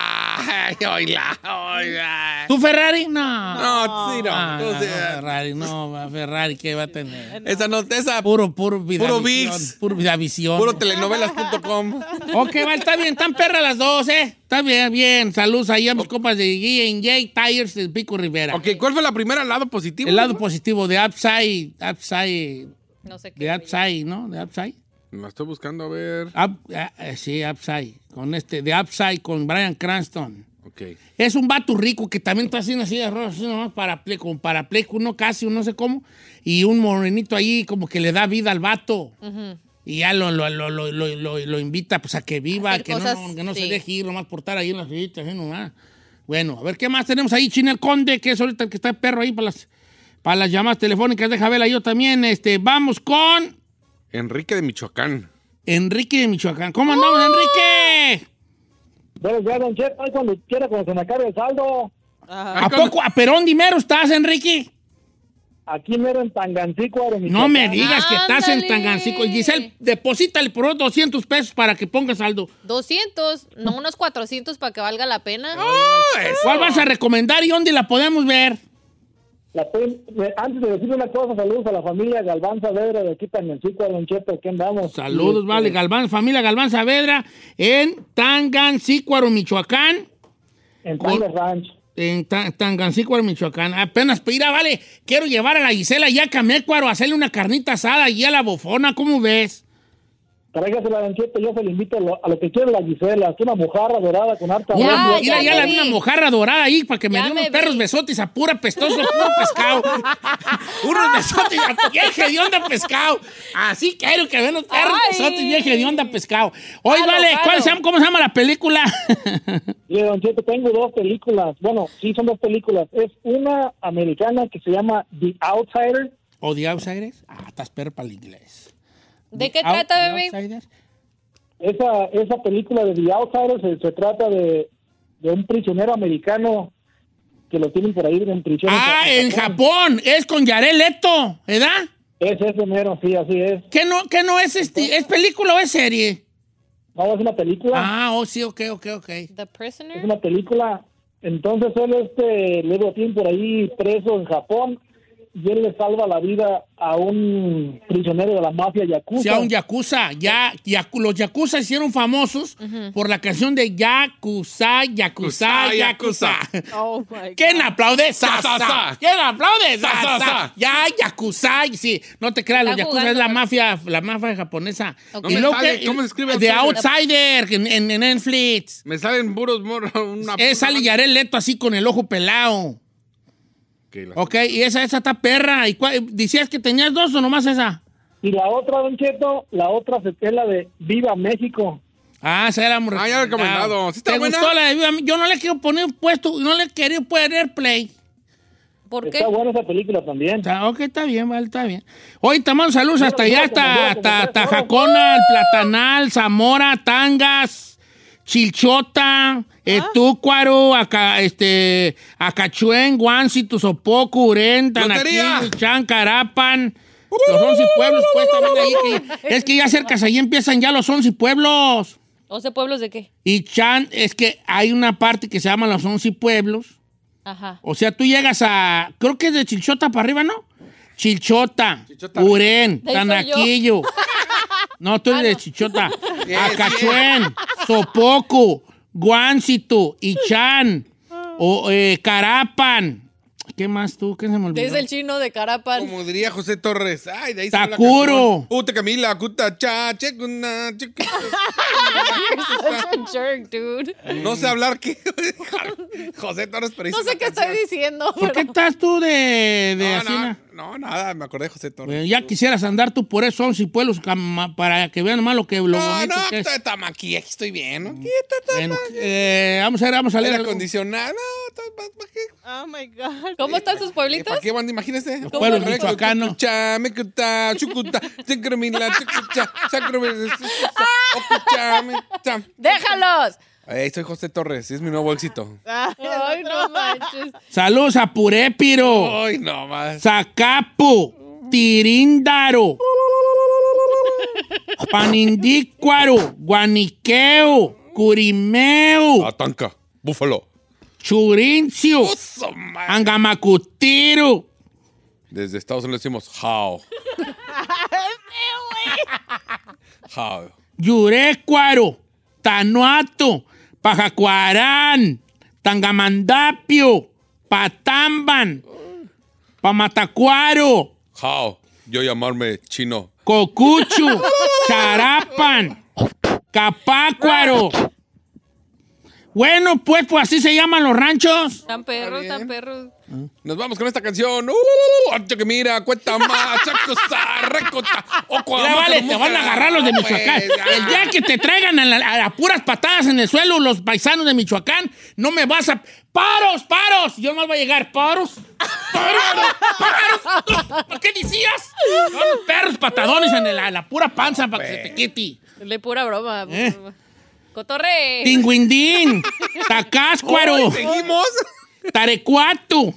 Speaker 6: Ay, oíla, oíla.
Speaker 4: ¿Tú Ferrari? No.
Speaker 6: No, sí, no.
Speaker 4: Ah, no,
Speaker 6: Entonces,
Speaker 4: Ferrari, no, va, Ferrari, ¿qué va a tener?
Speaker 6: esa no, esa.
Speaker 4: Puro, puro vida
Speaker 6: Puro
Speaker 4: visión,
Speaker 6: ViX.
Speaker 4: Puro vida visión.
Speaker 6: Puro telenovelas.com.
Speaker 4: Ok, va, está bien, están perras las dos, ¿eh? Está bien, bien. Saludos ahí a mis copas de G&J Tires del Pico Rivera.
Speaker 6: Ok, ¿cuál fue la primera? ¿El lado positivo?
Speaker 4: El lado positivo de Upside, Upside,
Speaker 5: No sé qué.
Speaker 4: de Upside, ¿no? De Upside.
Speaker 6: La estoy buscando, a ver.
Speaker 4: Up- ah, eh, sí, Upside. Con este, de Upside, con Brian Cranston.
Speaker 6: Ok.
Speaker 4: Es un vato rico que también está haciendo así de arroz, así nomás para ple- con parapleco, uno casi, uno no sé cómo, y un morenito ahí como que le da vida al vato. Y ya lo, lo, lo, lo, lo, lo- lo invita pues, a que viva,
Speaker 5: Hacer
Speaker 4: que, no-
Speaker 5: cosas,
Speaker 4: no, que no se
Speaker 5: sí.
Speaker 4: deje ir, nomás por estar ahí en las sillitas, así nomás. Bueno, a ver, ¿qué más tenemos ahí? Chinel Conde, que es ahorita el que está el perro ahí para las, para las llamadas telefónicas. Deja verla yo también. Este, vamos con
Speaker 6: Enrique de Michoacán.
Speaker 4: Enrique de Michoacán. ¿Cómo andamos, Enrique?
Speaker 8: ¡Uh! Buenos días, don Cheto. Ay, cuando quiera, cuando se me acabe el saldo,
Speaker 4: ¿A poco a Perón Dimero estás, Enrique?
Speaker 8: aquí mero en Tangancico, Arenito.
Speaker 4: No me digas que estás en
Speaker 5: Ándale.
Speaker 4: Tangancico. Giselle, deposítale por otros 200 pesos para que pongas saldo.
Speaker 5: 200, no unos 400 para que valga la pena.
Speaker 4: ¿Cuál vas a recomendar y dónde la podemos ver?
Speaker 8: La estoy-
Speaker 9: eh,
Speaker 8: me- antes de decir una cosa, saludos a la familia Galván Saavedra de aquí Tangancico, don Cheto. ¿Qué andamos?
Speaker 4: Saludos,
Speaker 8: Y,
Speaker 4: vale,
Speaker 8: este,
Speaker 4: Eh, Galván, familia Galván Saavedra, en Tangancícuaro, Michoacán.
Speaker 8: En Tangas Ranch.
Speaker 4: En Ta- Tangancícuaro, Michoacán. Apenas pira, vale. Quiero llevar a la Gisela ya a Camécuaro, a hacerle una carnita asada y a la bofona, ¿cómo ves?
Speaker 9: Tráigasela, Don Cheto, yo se lo invito a lo, a lo que quiere la Gisela. Es una mojarra dorada con harta
Speaker 5: Ya,
Speaker 9: rambla.
Speaker 4: Mira,
Speaker 5: ya
Speaker 4: ya
Speaker 5: me
Speaker 4: la
Speaker 5: vi.
Speaker 4: vi una mojarra dorada ahí para que me
Speaker 5: Ya
Speaker 4: den
Speaker 5: me
Speaker 4: unos
Speaker 5: vi.
Speaker 4: perros besotes a pura pestoso, puro pescado. unos besotes a vieja de onda pescado. Así quiero que vean unos perros
Speaker 5: Ay.
Speaker 4: besotes vieja de onda pescado. Oye,
Speaker 5: Jalo,
Speaker 4: vale, ¿cuál
Speaker 5: jalo.
Speaker 4: se llama- ¿cómo se llama la película?
Speaker 9: Y Don Cheto, tengo dos películas. Bueno, sí, son dos películas. Es una americana que se llama The Outsider.
Speaker 4: ¿O The Outsiders? Ah, estás perro para el inglés.
Speaker 5: ¿De
Speaker 4: The
Speaker 5: qué
Speaker 4: Out-
Speaker 5: trata,
Speaker 4: The
Speaker 5: bebé?
Speaker 4: Outsiders.
Speaker 9: Esa, esa película de The Outsider se, se trata de, de un prisionero americano que lo tienen por ahí en prisión.
Speaker 4: Ah, en Japón. Es con Yarel Leto, ¿verdad?
Speaker 9: Es ese mero, sí, así es.
Speaker 4: ¿Qué no, qué no es este? ¿Es película o es serie?
Speaker 9: No, es una película.
Speaker 4: Ah, oh, sí, ok, ok, ok.
Speaker 5: The
Speaker 9: Es
Speaker 5: Prisoner.
Speaker 9: una película. Entonces él este, luego tiene por ahí preso en Japón y él le salva la vida a un prisionero de la mafia yakuza.
Speaker 4: sea un yakuza. Ya, yaku- los yakuza hicieron famosos por la canción de Yakuza, Yakuza,
Speaker 6: Yakuza,
Speaker 4: Yakuza.
Speaker 5: Oh, my God.
Speaker 4: ¿Quién aplaude? Sa,
Speaker 6: Sa, sa,
Speaker 4: sa.
Speaker 6: sa.
Speaker 4: ¿Quién aplaude? Sa,
Speaker 6: Sa, sa,
Speaker 4: sa.
Speaker 6: sa.
Speaker 4: Ya, Yakuza. y Sí, no te creas, los
Speaker 5: Está
Speaker 4: Yakuza es
Speaker 5: jugando,
Speaker 4: la
Speaker 5: ¿no?
Speaker 4: mafia, la mafia japonesa.
Speaker 5: Ok.
Speaker 6: No me
Speaker 4: luego
Speaker 6: sale,
Speaker 4: que-
Speaker 6: ¿cómo se escribe
Speaker 4: The
Speaker 5: Outsider?
Speaker 4: Outsider en, en- en Netflix.
Speaker 6: Me salen puros morros. Una
Speaker 4: Eh, sale Yarel Leto así con el ojo pelado.
Speaker 6: Ok, la-
Speaker 4: Ok, y esa, esa está perra. ¿Y cuál- ¿Decías que tenías dos o nomás esa?
Speaker 9: Y la otra, Don Cheto, la otra se es la de Viva México.
Speaker 4: Ah, esa era muy
Speaker 6: Ah, ya recomendado. ¿Sí está
Speaker 4: ¿Te
Speaker 6: buena?
Speaker 4: gustó la de Viva Mí- Yo no le quiero poner un puesto, no le quería poner play.
Speaker 5: ¿Por qué?
Speaker 9: Está buena esa película también.
Speaker 4: Está- Ah, ok, está bien, vale, está bien. Hoy te mando saludos hasta allá,
Speaker 9: mira, como
Speaker 4: hasta,
Speaker 9: yo, como
Speaker 4: hasta,
Speaker 9: tres horas.
Speaker 4: Jacona, el Platanal, Zamora, Tangas, Chilchota, Etúcuaro, Aca- este, Acachuén, Guansi, Tuzopoco, Uren,
Speaker 6: ¡Lotería!
Speaker 4: Tanaquín, Chan, Carapan. Los 11 pueblos, pues también ahí. que- es que ya cerca, ahí empiezan ya los 11 pueblos.
Speaker 5: ¿O sea, pueblos de qué?
Speaker 4: Y Chan, es que hay una parte que se llama los 11 pueblos.
Speaker 5: Ajá.
Speaker 4: O sea, tú llegas a, creo que es de Chilchota para arriba, ¿no? Chilchota,
Speaker 6: Chilchota.
Speaker 4: Urén,
Speaker 5: De ahí soy Ah,
Speaker 4: Tanaquillo. No, tú eres de Chilchota.
Speaker 6: Sí,
Speaker 4: Acachuén, Sopoco, Guáncito, Ichan, o, eh, Carapan. ¿Qué más tú? ¿Qué se me olvidó?
Speaker 5: Es el chino de Carapan.
Speaker 6: Como diría José Torres. Ay, de ahí salió la
Speaker 4: Takuro.
Speaker 6: canción. Uta Camila, Cuta Cha, Checuna, Chiquito.
Speaker 5: Such a jerk, dude.
Speaker 6: No sé hablar qué. José Torres, pero hizo
Speaker 5: No sé
Speaker 6: una
Speaker 5: qué
Speaker 6: canción.
Speaker 5: estoy diciendo.
Speaker 4: ¿Por qué
Speaker 5: pero-
Speaker 4: estás tú de, de
Speaker 6: No,
Speaker 4: así,
Speaker 6: no,
Speaker 4: na?
Speaker 6: no, nada, me acordé de José Torres.
Speaker 4: Bueno, ya quisieras andar tú por esos 11 pueblos cama, para que vean más lo que lo
Speaker 6: no,
Speaker 4: bonito
Speaker 6: no,
Speaker 4: que es. Mm.
Speaker 6: está aquí, aquí estoy bien, ¿no? Aquí
Speaker 4: Bueno, eh, vamos a ver, vamos a
Speaker 6: Aire
Speaker 4: leer. algo.
Speaker 6: acondicionado. está- pa- pa- qué-
Speaker 5: oh ¿Cómo están sus pueblitos?
Speaker 6: ¿Para Eh, qué van? Imagínese.
Speaker 4: Los pueblos
Speaker 5: bonito.
Speaker 4: michoacanos.
Speaker 6: Cucha, me cuta, chucuta, tecromila, chucucha, sacromila, chucucha, ocucha, me cuta.
Speaker 5: ¡Déjalos!
Speaker 6: Ey, soy José Torres, es mi nuevo éxito.
Speaker 5: Ay, no manches.
Speaker 4: Saludos a Purépiro,
Speaker 6: Ay, no más.
Speaker 4: Zacapo, Tiríndaro, Panindícuaro, Guaniqueo, Curimeo,
Speaker 6: Atanca, búfalo.
Speaker 4: Churincio,
Speaker 6: Oso, madre.
Speaker 4: Angamacutiro.
Speaker 6: Desde Estados Unidos decimos how. how.
Speaker 4: Yurecuaro, Tanuato, Pajacuarán, Tangamandapio, Patamban, Pamatacuaro,
Speaker 6: How. Yo llamarme chino.
Speaker 4: Cocuchu, Charapan, Capácuaro. Bueno, pues, pues así se llaman los ranchos.
Speaker 5: Tan perros, tan perros.
Speaker 6: Nos vamos con esta canción. ¡Uh! Ancho que mira, cuenta más, chacosa, recota, oco,
Speaker 4: Ya vale, te van a agarrar
Speaker 6: "Ah,
Speaker 4: los de Michoacán.
Speaker 6: pues,
Speaker 4: El día que te traigan a, la- a las puras patadas en el suelo los paisanos de Michoacán, no me vas a... ¡Paros, paros! Yo no voy a llegar. ¿Paros? ¡Paros! ¡Paros! ¿Por qué decías? Son perros patadones en la, la pura panza para que se te quite.
Speaker 5: Le pura broma.
Speaker 4: Eh.
Speaker 5: pura broma. Cotorre.
Speaker 4: Tinguindín, Tacáscuaro,
Speaker 6: Seguimos.
Speaker 4: Tarecuato.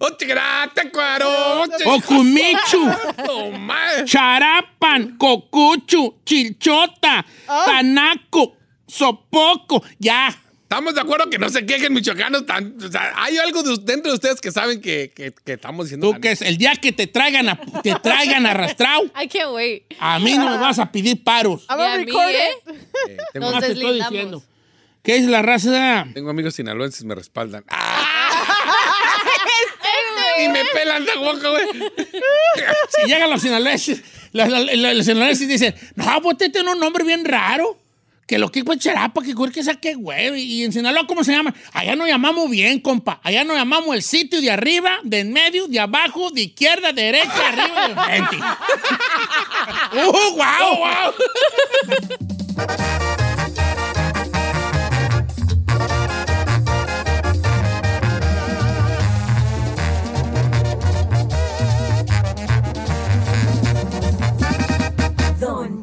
Speaker 6: Ochigrate, cuaro.
Speaker 4: Ocumichu,
Speaker 6: Tomar.
Speaker 4: Charapan, Cocuchu, Chilchota,
Speaker 5: Ah.
Speaker 4: Tanaco, Sopoco, ya.
Speaker 6: Estamos de acuerdo que no se quejen michoacanos tan. O sea, hay algo de, dentro de ustedes que saben que, que, que estamos diciendo.
Speaker 4: Tú
Speaker 6: tan-
Speaker 4: que es el día que te traigan, a- te traigan arrastrado,
Speaker 5: I can't wait.
Speaker 4: a mí no me vas a pedir paros.
Speaker 5: Ni a mí, ¿eh?
Speaker 6: Eh, tengo,
Speaker 5: Nos
Speaker 4: Más te estoy
Speaker 5: deslindamos.
Speaker 4: diciendo. ¿Qué es la raza?
Speaker 6: tengo amigos sinaloenses me respaldan. Ah,
Speaker 5: Este
Speaker 6: y me pelan la boca, güey.
Speaker 4: Si llegan los sinaloenses, los, los- los- los sinaloenses dicen, no, pues este tiene un nombre bien raro. Que lo que pues charapa, que cuer que saque güey. Y en Sinaloa, ¿cómo se llama? Allá nos llamamos bien, compa. Allá nos llamamos el sitio de arriba, de en medio, de abajo, de izquierda, derecha, arriba, de frente. ¡Uh, guau, guau!
Speaker 10: Don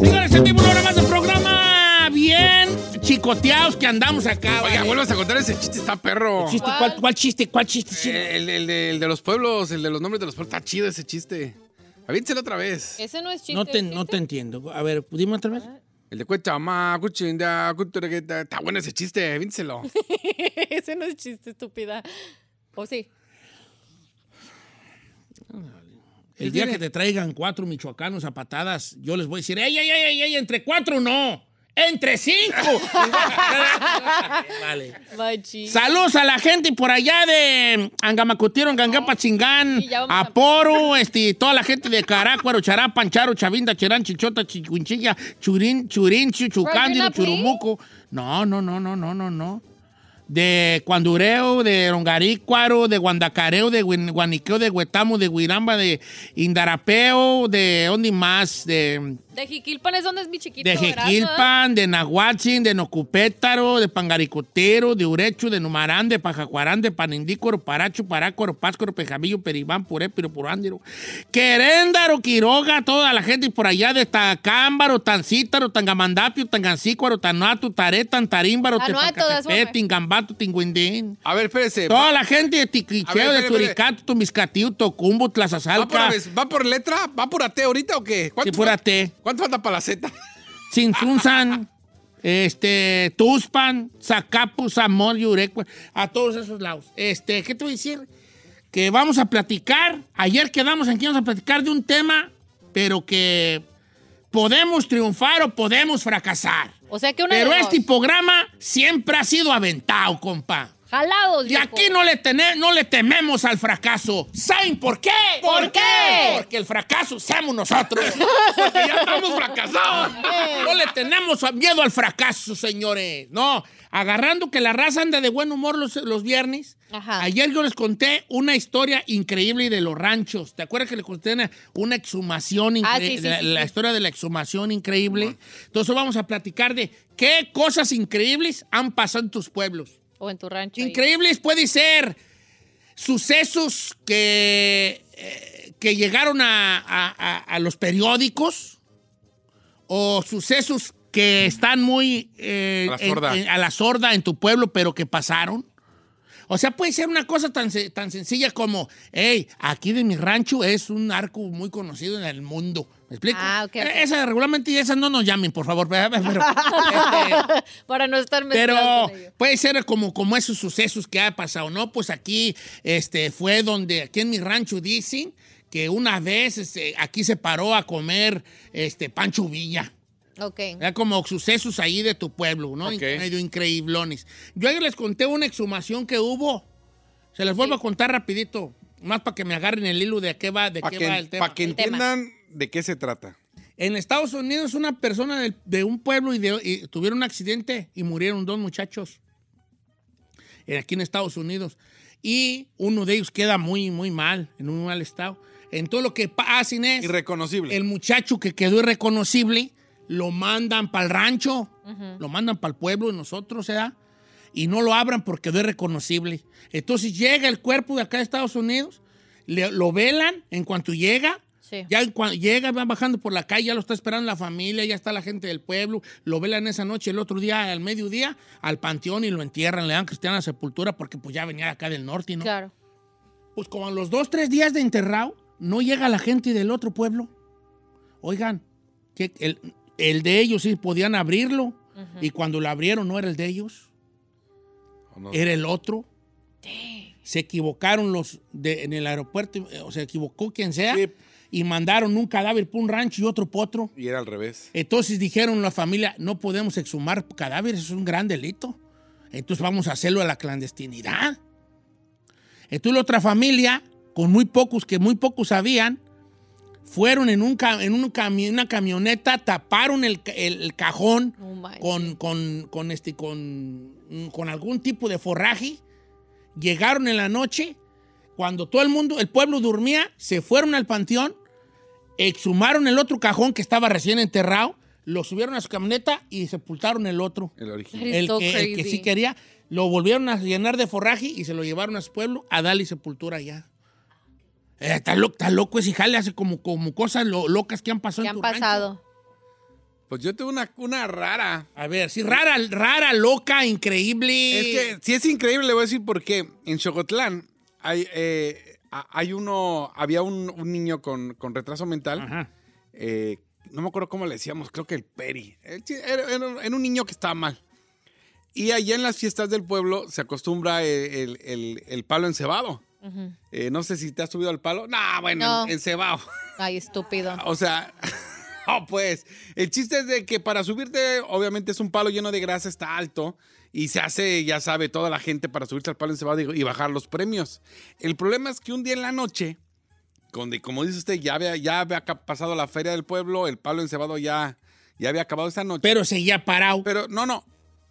Speaker 4: Señores, en vivo, una hora más de programa. Ah, Bien chicoteados que andamos acá.
Speaker 6: Este, Oiga,
Speaker 4: vale.
Speaker 6: vuelvas a contar ese chiste, está perro.
Speaker 4: Chiste, ¿Cuál, cuál chiste? ¿Cuál chiste? chiste?
Speaker 6: Eh, El, el de, el de los pueblos, el de los nombres de los pueblos. Está chido ese chiste. Aviéntelo otra vez.
Speaker 5: Ese no es chiste.
Speaker 4: No te,
Speaker 5: es
Speaker 4: no
Speaker 5: chiste.
Speaker 4: te entiendo. A ver, dime otra vez.
Speaker 6: El de cuenta, ma, cuchinda, cuturegueta. Está bueno ese chiste, aviéntelo.
Speaker 5: Ese no es chiste, estúpida. ¿O sí?
Speaker 4: El día que te traigan cuatro michoacanos a patadas, yo les voy a decir, ¡ey, ey, ey, ey, ey! Entre cuatro no, entre cinco. vale.
Speaker 5: Machi.
Speaker 4: Saludos a la gente por allá de Angamacutiro, Angangapa, Chingán,
Speaker 5: Oh, Sí, ya vamos a-
Speaker 4: Aporo, este, toda la gente de Caracuaro, Chará, Pancharo, Chavinda, Cherán, Chichota, Chicuinchilla, Churín, Churín, Chuchucándido,
Speaker 5: Regina, please.
Speaker 4: Churumuco. No, no, no, no, no, no, no. De Cuandureo, de Rongarícuaro, de Guandacareo, de Guin- Guaniqueo, de Huetamo, de Guiramba, de Indarapeo, de ¿dónde más? De...
Speaker 5: De Jiquilpan es donde es mi chiquito.
Speaker 4: De
Speaker 5: ¿verdad?
Speaker 4: Jequilpan, de Nahuatzin, de Nocupétaro, de Pangaricotero, de Urecho, de Numarán, de Pajacuarán, de Panindícoro, Paracho, Parácuaro, Páscoro, Pejamillo, Peribán, Purépiro, Purándiro, Queréndaro, Quiroga, toda la gente por allá de Tacámbaro, Tancítaro, Tangamandapio, Tangancícuaro, Tanato, Taretan, Tarímbaro,
Speaker 5: Tanuato, that's one
Speaker 4: Tepacatepec,
Speaker 5: way.
Speaker 4: Eh, Tingambato, Tinguindín.
Speaker 6: A ver, espérese.
Speaker 4: Toda la gente de
Speaker 6: A ver,
Speaker 4: Tiquicheo,
Speaker 6: espere,
Speaker 4: de
Speaker 6: espere.
Speaker 4: Turicato, Tumiscatío, Tocumbo,
Speaker 6: ¿Va por,
Speaker 4: Tlazazalca,
Speaker 6: ¿Va por letra? ¿Va por AT ahorita o qué? ¿Cuánto, falta-
Speaker 4: Tipurate.
Speaker 6: ¿Cuánto falta para la Z?
Speaker 4: Sinsunsan, este, Tuspan, Zacapu, Zamor, Yurecua, a todos esos lados. Este, ¿qué te voy a decir? Que vamos a platicar, ayer quedamos aquí, vamos a platicar de un tema, pero que podemos triunfar o podemos fracasar.
Speaker 5: O sea que una
Speaker 4: Pero
Speaker 5: de
Speaker 4: este
Speaker 5: dos.
Speaker 4: programa siempre ha sido aventado, compa.
Speaker 5: Jalados,
Speaker 4: Y
Speaker 5: viejo.
Speaker 4: aquí no le, tene- no le tememos al fracaso. ¿Saben por qué?
Speaker 5: ¿Por qué?
Speaker 4: Porque el fracaso somos nosotros. Porque ya estamos fracasados. No le tenemos miedo al fracaso, señores. No, agarrando que la raza anda de buen humor los, los viernes.
Speaker 5: Ajá.
Speaker 4: Ayer yo les conté una historia increíble de los ranchos. ¿Te acuerdas que les conté una, una exhumación
Speaker 5: Ah,
Speaker 4: incre-
Speaker 5: sí, sí,
Speaker 4: la,
Speaker 5: sí,
Speaker 4: la
Speaker 5: sí.
Speaker 4: historia de la exhumación increíble? Entonces vamos a platicar de qué cosas increíbles han pasado en tus pueblos.
Speaker 5: O en tu rancho. ahí.
Speaker 4: Increíbles puede ser sucesos que, eh, que llegaron a, a- a- a los periódicos o sucesos que están muy eh,
Speaker 6: A la
Speaker 4: en-
Speaker 6: sorda.
Speaker 4: en- a la sorda en tu pueblo, pero que pasaron. O sea, puede ser una cosa tan, se- tan sencilla como, hey, aquí de mi rancho es un arco muy conocido en el mundo. ¿Me explico?
Speaker 5: Ah, ok, ok.
Speaker 4: Eh, Esas regularmente y esas no nos llamen, por favor. Pero,
Speaker 5: Para no estar mezclados
Speaker 4: pero
Speaker 5: con ellos.
Speaker 4: puede ser como, como esos sucesos que ha pasado, ¿no? Pues aquí este, fue donde, aquí en mi rancho dicen que una vez este, aquí se paró a comer este, Pancho Villa.
Speaker 5: Ok.
Speaker 4: Era como sucesos ahí de tu pueblo, ¿no?
Speaker 6: Ok.
Speaker 4: Medio increíblones. Yo ayer les conté una exhumación que hubo. Se les vuelvo a contar rapidito. Más para que me agarren el hilo de qué va, de
Speaker 6: Para
Speaker 4: qué
Speaker 6: que,
Speaker 4: va el tema.
Speaker 6: pa' que
Speaker 5: El tema.
Speaker 6: entiendan de qué se trata.
Speaker 4: En Estados Unidos una persona del- de, un pueblo y, de- y tuvieron un accidente y murieron dos muchachos. Eh, Aquí en Estados Unidos. Y uno de ellos queda muy, muy mal, en un mal estado. En todo lo que pa- hacen es...
Speaker 6: Irreconocible.
Speaker 4: El muchacho que quedó irreconocible lo mandan para el rancho, lo mandan para el pueblo de nosotros, ¿verdad? Y no lo abran porque quedó irreconocible. Entonces llega el cuerpo de acá de Estados Unidos, le- lo velan en cuanto llega.
Speaker 5: Sí.
Speaker 4: Ya en cuan- llega, va bajando por la calle, ya lo está esperando la familia, ya está la gente del pueblo, lo velan esa noche, el otro día, al mediodía, al panteón y lo entierran, le dan cristiana sepultura porque pues ya venía acá del norte, ¿no?
Speaker 5: Claro.
Speaker 4: Pues como a los dos, tres días de enterrado, no llega la gente del otro pueblo. Oigan, que el, el de ellos sí podían abrirlo. Y cuando lo abrieron no era el de ellos,
Speaker 6: ¿O no?
Speaker 4: era el otro. Se equivocaron los de, en el aeropuerto, eh, o se equivocó quien sea,
Speaker 6: Sí.
Speaker 4: y mandaron un cadáver por un rancho y otro por otro.
Speaker 6: Y era al revés.
Speaker 4: Entonces dijeron la familia, no podemos exhumar cadáveres, es un gran delito. Entonces vamos a hacerlo a la clandestinidad. Entonces la otra familia, con muy pocos, que muy pocos sabían, fueron en, un, ca- en un cami- una camioneta, taparon el, ca- el- el cajón
Speaker 5: No manches.
Speaker 4: con, con, con, este, con, con algún tipo de forraje. Llegaron en la noche, cuando todo el mundo, el pueblo dormía, se fueron al panteón, exhumaron el otro cajón que estaba recién enterrado, lo subieron a su camioneta y sepultaron el otro.
Speaker 6: El original.
Speaker 5: That is
Speaker 4: El
Speaker 5: so
Speaker 4: que, el que
Speaker 5: crazy.
Speaker 4: sí quería, lo volvieron a llenar de forraje y se lo llevaron a su pueblo a darle sepultura allá. Eh, está, lo- está loco ese jale, hace como, como cosas lo- locas que han pasado
Speaker 5: ¿Qué
Speaker 4: en
Speaker 5: han
Speaker 4: tu rancho.
Speaker 5: pasado?
Speaker 6: Pues yo tengo una, una rara.
Speaker 4: A ver, sí, rara, rara, loca, increíble.
Speaker 6: Es que si es increíble, le voy a decir por qué. En Xocotlán hay, eh, a- hay uno, había un, un niño con, con retraso mental.
Speaker 4: Ajá.
Speaker 6: eh, no me acuerdo cómo le decíamos, creo que el Peri. El chi- Era, era- era un niño que estaba mal. Y allá en las fiestas del pueblo se acostumbra eh, el, el- el- el palo encebado. Eh, no sé si te has subido al palo. Nah, bueno,
Speaker 5: No.
Speaker 6: en- encebado.
Speaker 5: Ay, estúpido.
Speaker 6: Ah, O sea, no, pues. El chiste es de que para subirte, obviamente es un palo lleno de grasa, está alto. Y se hace, ya sabe, toda la gente para subirse al palo encebado y y bajar los premios. El problema es que un día en la noche, donde, como dice usted, ya había, ya había ca- pasado la feria del pueblo, el palo encebado ya, ya había acabado esa noche.
Speaker 4: Pero seguía parado.
Speaker 6: Pero no, no.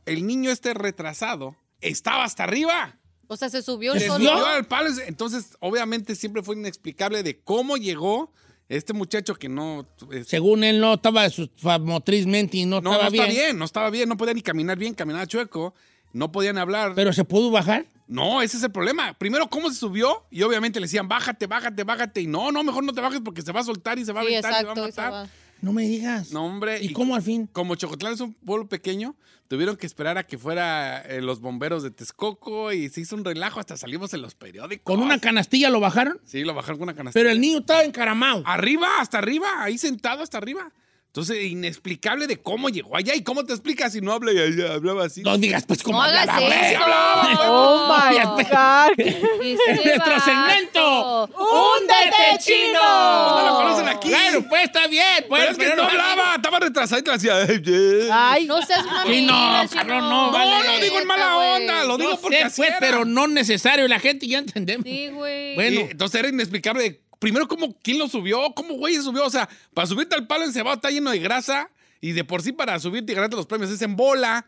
Speaker 6: El niño este retrasado estaba hasta arriba.
Speaker 5: O sea, se subió
Speaker 4: ¿Se
Speaker 5: el
Speaker 6: Entonces,
Speaker 4: subió?
Speaker 6: subió al palo. Entonces, obviamente, siempre fue inexplicable de cómo llegó este muchacho que no. es-
Speaker 4: Según él, no estaba su- fa- motrizmente y no,
Speaker 6: no,
Speaker 4: estaba
Speaker 6: no
Speaker 4: bien,
Speaker 6: está bien, no estaba bien, no podía ni caminar bien, caminaba chueco, no podían hablar.
Speaker 4: Pero se pudo bajar.
Speaker 6: no, ese es el problema. Primero, ¿cómo se subió? Y obviamente le decían, bájate, bájate, bájate. Y no, no, mejor no te bajes porque se va a soltar y se va a
Speaker 5: Sí,
Speaker 6: aventar y
Speaker 5: exacto.
Speaker 6: se va a matar.
Speaker 4: No me digas.
Speaker 6: No, hombre.
Speaker 4: ¿Y cómo al fin?
Speaker 6: Como Chocotlán es un pueblo pequeño, tuvieron que esperar a que fuera eh, los bomberos de Texcoco y se hizo un relajo, hasta salimos en los periódicos.
Speaker 4: ¿Con una canastilla lo bajaron?
Speaker 6: Sí, lo bajaron con una canasta.
Speaker 4: Pero el niño estaba encaramado.
Speaker 6: Arriba, hasta arriba, ahí sentado hasta arriba. Entonces, inexplicable de cómo llegó allá y cómo te explicas si no habla y ella hablaba así.
Speaker 4: No digas, pues, como
Speaker 5: No hagas
Speaker 4: hablaba, pues,
Speaker 5: eso.
Speaker 4: hablaba.
Speaker 5: Oh, my
Speaker 4: Es nuestro segmento.
Speaker 5: ¡Húndete, chino!
Speaker 6: No lo conocen aquí.
Speaker 4: Claro, pues, está bien. Pues,
Speaker 6: Pero es que
Speaker 4: pero
Speaker 6: no hablaba, estaba retrasado y te hacía. "Ey, ey".
Speaker 5: No seas mami.
Speaker 4: Sí, no,
Speaker 5: chino.
Speaker 4: cabrón, no,
Speaker 6: no,
Speaker 4: vale.
Speaker 6: lo digo en mala
Speaker 5: Neta,
Speaker 6: onda,
Speaker 5: güey.
Speaker 6: lo digo
Speaker 4: No
Speaker 6: porque
Speaker 4: sé,
Speaker 6: así
Speaker 4: pues,
Speaker 6: era.
Speaker 4: pero no necesario. La gente ya entendemos.
Speaker 5: Sí, güey.
Speaker 4: Bueno.
Speaker 6: Y entonces era inexplicable. de, Primero, ¿cómo, ¿quién lo subió? ¿Cómo güey se subió? O sea, para subirte al palo encebado está lleno de grasa y de por sí para subirte y ganarte los premios es en bola.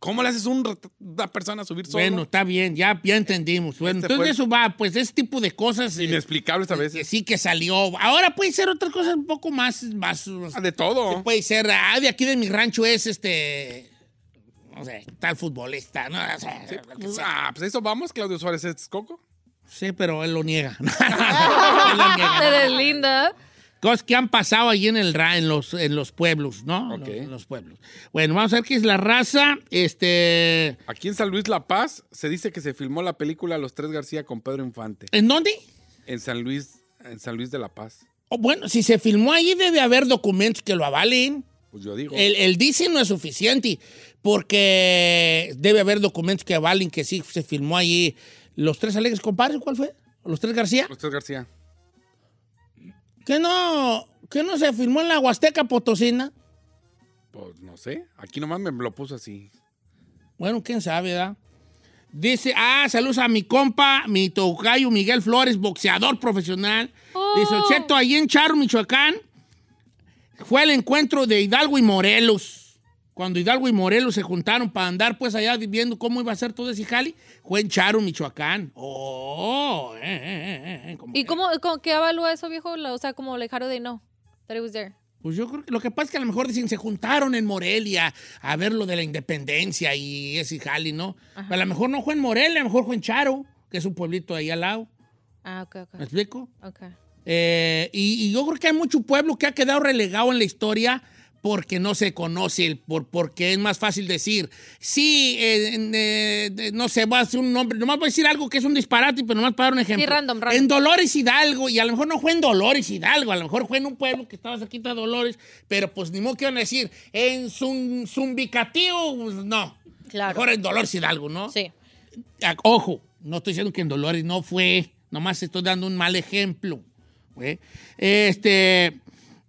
Speaker 6: ¿Cómo le haces un ret- una persona a subir solo?
Speaker 4: Bueno, está bien, ya, ya entendimos. Bueno,
Speaker 6: Este
Speaker 4: entonces
Speaker 6: fue-
Speaker 4: eso va, pues ese tipo de cosas. eh,
Speaker 6: inexplicable esta
Speaker 4: que
Speaker 6: vez.
Speaker 4: sí que salió. Ahora puede ser otras cosas un poco más. más
Speaker 6: Ah, De todo.
Speaker 4: puede ser, ah, de aquí de mi rancho es este. No sé, tal futbolista, ¿no? O sea, lo que sea.
Speaker 6: Ah, pues eso vamos, Claudio Suárez es coco.
Speaker 5: Ah,
Speaker 4: Sí, pero él lo niega. Él lo niega.
Speaker 5: Te deslinda.
Speaker 4: cosas que han pasado allí en el ra- en los, en los pueblos, ¿no? En los- en los pueblos. Bueno, vamos a ver qué es la raza. Este.
Speaker 6: Aquí en San Luis La Paz se dice que se filmó la película Los Tres García con Pedro Infante.
Speaker 4: ¿En dónde?
Speaker 6: En San Luis, en San Luis de La Paz.
Speaker 4: Oh, bueno, si se filmó ahí debe haber documentos que lo avalen.
Speaker 6: Pues yo digo.
Speaker 4: El, el dice no es suficiente porque debe haber documentos que avalen que sí se filmó allí. Los tres alegres compadres, ¿cuál fue? Los tres García.
Speaker 6: Los Tres García.
Speaker 4: ¿Qué no, que no se filmó en la Huasteca Potosina?
Speaker 6: Pues no sé. Aquí nomás me lo puso así.
Speaker 4: Bueno, quién sabe, ¿verdad? Dice, ah, saludos a mi compa, mi tocayo Miguel Flores, boxeador profesional. Dice, Cheto, ahí en Charro, Michoacán, fue el encuentro de Hidalgo y Morelos. Cuando Hidalgo y Morelos se juntaron para andar pues allá viendo cómo iba a ser todo ese jali, fue en Charo, Michoacán. Oh, eh, eh, eh, eh, como-
Speaker 5: ¿Y cómo, cómo- qué evalúa eso, viejo? La- O sea, como like, how do they know that it was there?
Speaker 4: Pues yo creo que lo que pasa es que a lo mejor dicen, se juntaron en Morelia a ver lo de la independencia y ese jali, ¿no?
Speaker 5: Ajá.
Speaker 4: A lo mejor no fue en Morelia, a lo mejor fue en Charo, que es un pueblito ahí al lado.
Speaker 5: Ah, ok, ok.
Speaker 4: ¿Me explico?
Speaker 5: Ok.
Speaker 4: Eh, y, y yo creo que hay mucho pueblo que ha quedado relegado en la historia porque no se conoce, el por, porque es más fácil decir, sí, eh, en, eh, de- no sé, voy a hacer un nombre, nomás voy a decir algo que es un disparate, pero nomás para dar un ejemplo.
Speaker 5: random, random.
Speaker 4: En Dolores Hidalgo, y a lo mejor no fue en Dolores Hidalgo, a lo mejor fue en un pueblo que estaba cerquita de Dolores, pero pues ni modo que iban a decir, en Zum- Zumbicatío, pues, no.
Speaker 5: Claro.
Speaker 4: Mejor en Dolores Hidalgo, ¿no?
Speaker 5: Sí.
Speaker 4: Ah, Ojo, no estoy diciendo que en Dolores no fue, nomás estoy dando un mal ejemplo. ¿eh? Este,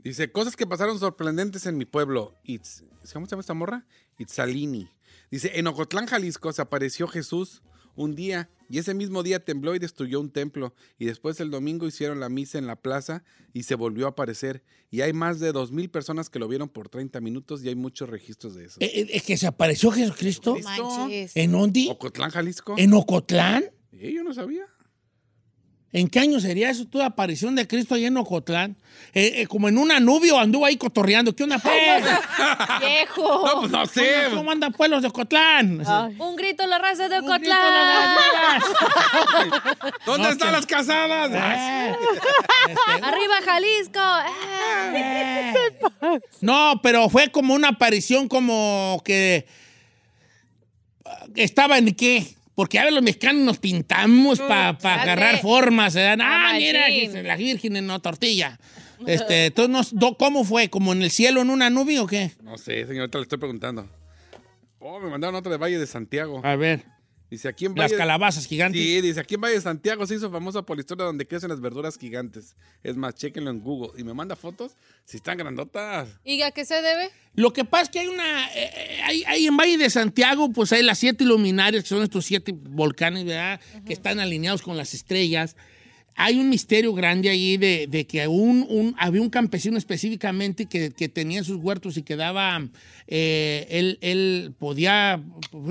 Speaker 6: Dice, cosas que pasaron sorprendentes en mi pueblo. Itz- ¿Cómo se llama esta morra? Itzalini. Dice, en Ocotlán, Jalisco, se apareció Jesús un día y ese mismo día tembló y destruyó un templo. Y después el domingo hicieron la misa en la plaza y se volvió a aparecer. Y hay más de 2.000 personas que lo vieron por 30 minutos y hay muchos registros de eso.
Speaker 4: eh, eh, es que se apareció Jesucristo.
Speaker 6: ¿Listo?
Speaker 5: Manches.
Speaker 4: ¿En dónde?
Speaker 6: Ocotlán, Jalisco.
Speaker 4: ¿En Ocotlán?
Speaker 6: Eh, yo no sabía.
Speaker 4: ¿En qué año sería eso? Tu aparición de Cristo ahí en Ocotlán. Eh, eh, como en una nube o anduvo ahí cotorreando. ¿Qué onda, pues?
Speaker 5: Viejo.
Speaker 6: No, pues no sé.
Speaker 4: ¿Cómo andan pues los de Ocotlán?
Speaker 5: Un grito a la raza de
Speaker 4: Un grito a
Speaker 5: Ocotlán.
Speaker 4: las velas.
Speaker 6: ¿Dónde
Speaker 4: No,
Speaker 6: están
Speaker 4: que-
Speaker 6: las casadas?
Speaker 4: Eh,
Speaker 5: Arriba Jalisco. Ah.
Speaker 4: eh. No, pero fue como una aparición como que ah, estaba en qué. Porque a ver, los mexicanos nos pintamos para
Speaker 5: ya
Speaker 4: agarrar
Speaker 5: sé.
Speaker 4: formas. ¿verdad? Ah,
Speaker 5: Ah,
Speaker 4: mira,
Speaker 5: machín.
Speaker 4: la virgen en una tortilla. Este, entonces, no s- do- ¿cómo fue? ¿Como en el cielo, en una nube o qué?
Speaker 6: No sé, señorita, le estoy preguntando. Oh, me mandaron otra de Valle de Santiago.
Speaker 4: A ver,
Speaker 6: Dice, aquí en
Speaker 4: las
Speaker 6: Valle...
Speaker 4: calabazas gigantes.
Speaker 6: Sí, dice, aquí en Valle de Santiago se hizo famosa por la historia donde crecen las verduras gigantes. Es más, chéquenlo en Google. Y me manda fotos si están grandotas.
Speaker 5: ¿Y a qué se debe?
Speaker 4: Lo que pasa es que hay una. eh, eh, hay, hay en Valle de Santiago, pues hay las siete luminarias, que son estos siete volcanes, ¿verdad? Que están alineados con las estrellas. Hay un misterio grande ahí de, de que un, un- había un campesino específicamente que, que tenía sus huertos y que daba. eh, él, él podía.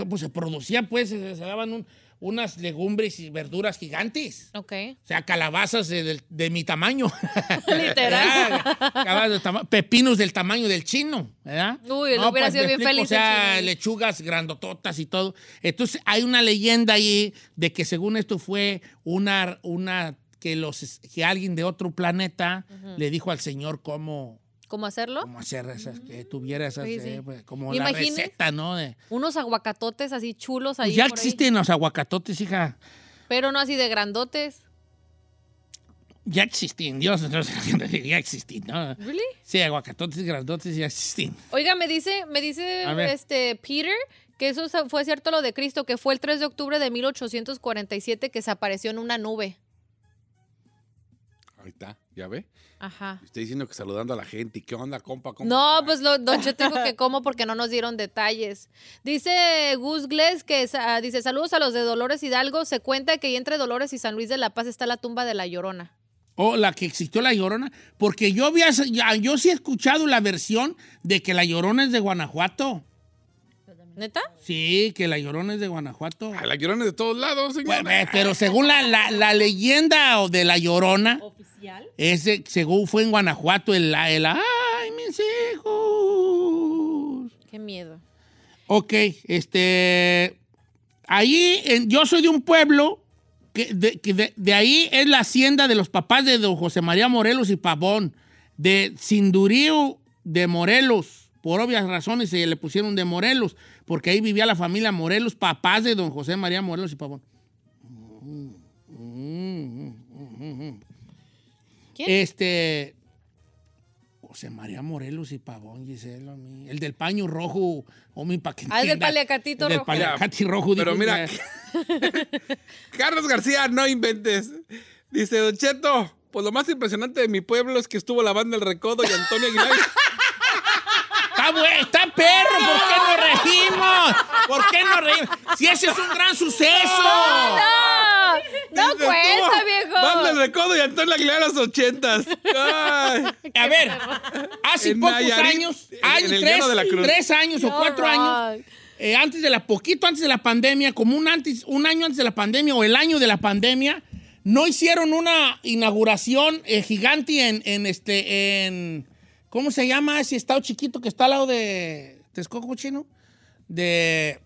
Speaker 4: Pues se producía, pues, se, se daban un- unas legumbres y verduras gigantes.
Speaker 5: Ok.
Speaker 4: O sea, calabazas de, del- de mi tamaño.
Speaker 5: Literal.
Speaker 4: ¿Verdad? Calabazas del tama- pepinos del tamaño del chino, ¿verdad? pues,
Speaker 5: Uy, él hubiera sido
Speaker 4: me
Speaker 5: bien feliz
Speaker 4: O sea,
Speaker 5: el chino.
Speaker 4: lechugas grandototas y todo. Entonces, hay una leyenda ahí de que según esto fue una, una que, los, que alguien de otro planeta le dijo al señor cómo,
Speaker 5: ¿Cómo hacerlo?
Speaker 4: cómo hacer esas, que
Speaker 5: Mm,
Speaker 4: tuviera esas,
Speaker 5: Crazy.
Speaker 4: eh, pues, como la
Speaker 5: Imagínese.
Speaker 4: receta, ¿no? De-
Speaker 5: Unos aguacatotes así chulos ahí.
Speaker 4: Pues ya
Speaker 5: por ahí.
Speaker 4: existen los aguacatotes, hija.
Speaker 5: Pero no así de grandotes.
Speaker 4: Ya existen, Dios, entonces, ya existen, ¿no?
Speaker 5: ¿Really?
Speaker 4: Sí, aguacatotes grandotes ya existen.
Speaker 5: Oiga, me dice, me dice
Speaker 4: A ver.
Speaker 5: este Peter que eso sa- fue cierto lo de Cristo, que fue el 3 de octubre de 1847 que se apareció en una nube.
Speaker 6: Ahí está, ya ve.
Speaker 5: Ajá.
Speaker 6: Estoy diciendo que saludando a la gente. ¿Y qué onda, compa? compa?
Speaker 5: No, pues lo, Don Cheto dijo que como porque no nos dieron detalles. Dice Gus Gles que sa- ah, dice saludos a los de Dolores Hidalgo. Se cuenta que ahí entre Dolores y San Luis de la Paz está la tumba de la Llorona.
Speaker 4: O la que existió la Llorona, porque yo había, ya- yo sí he escuchado la versión de que la Llorona es de Guanajuato.
Speaker 5: ¿Neta?
Speaker 4: Sí, que la Llorona es de Guanajuato.
Speaker 6: A Ah, la llorona de todos lados, señor.
Speaker 4: Bueno, eh, pero según la, la- la leyenda o de la Llorona, ese según fue en Guanajuato el, el ah, ay mis hijos.
Speaker 5: Qué miedo.
Speaker 4: Ok, este. Ahí, en- yo soy de un pueblo que, de, que de- de ahí es la hacienda de los papás de don José María Morelos y Pavón. de Sindurío de Morelos. Por obvias razones se le pusieron de Morelos, porque ahí vivía la familia Morelos, papás de don José María Morelos y Pavón. Mm,
Speaker 5: ¿Quién?
Speaker 4: Este. José María Morelos y Pavón, Gisela. mi- El del paño rojo, homie, para que
Speaker 5: Ah, el del
Speaker 4: entienda.
Speaker 5: paliacatito
Speaker 4: El del
Speaker 5: rojo.
Speaker 4: paliacati rojo.
Speaker 6: Pero
Speaker 4: dijo,
Speaker 6: mira, Carlos García, no inventes. Dice, Don Cheto, pues lo más impresionante de mi pueblo es que estuvo la banda El Recodo y Antonio Aguilar.
Speaker 4: Está, bue- está perro, ¿por qué no reímos? ¿Por qué no reímos? Si ese es un gran suceso.
Speaker 5: ¡No! ¡No
Speaker 6: Dice,
Speaker 5: cuenta,
Speaker 6: "Estuvo Banda El
Speaker 5: viejo!
Speaker 6: Recodo y Antonio Aguilar en los ochentas. Ay.
Speaker 4: A ver, hace
Speaker 6: En
Speaker 4: pocos
Speaker 6: Nayarit,
Speaker 4: años,
Speaker 6: en-
Speaker 4: años,
Speaker 6: en el
Speaker 4: tres,
Speaker 6: Llano de la Cruz.
Speaker 4: tres años o
Speaker 5: No,
Speaker 4: cuatro
Speaker 5: Rock.
Speaker 4: años, eh, antes de la, poquito antes de la pandemia, como un, antes, un año antes de la pandemia o el año de la pandemia, no hicieron una inauguración eh, gigante en, en este, en, ¿cómo se llama ese estado chiquito que está al lado de Texcoco Chino? De,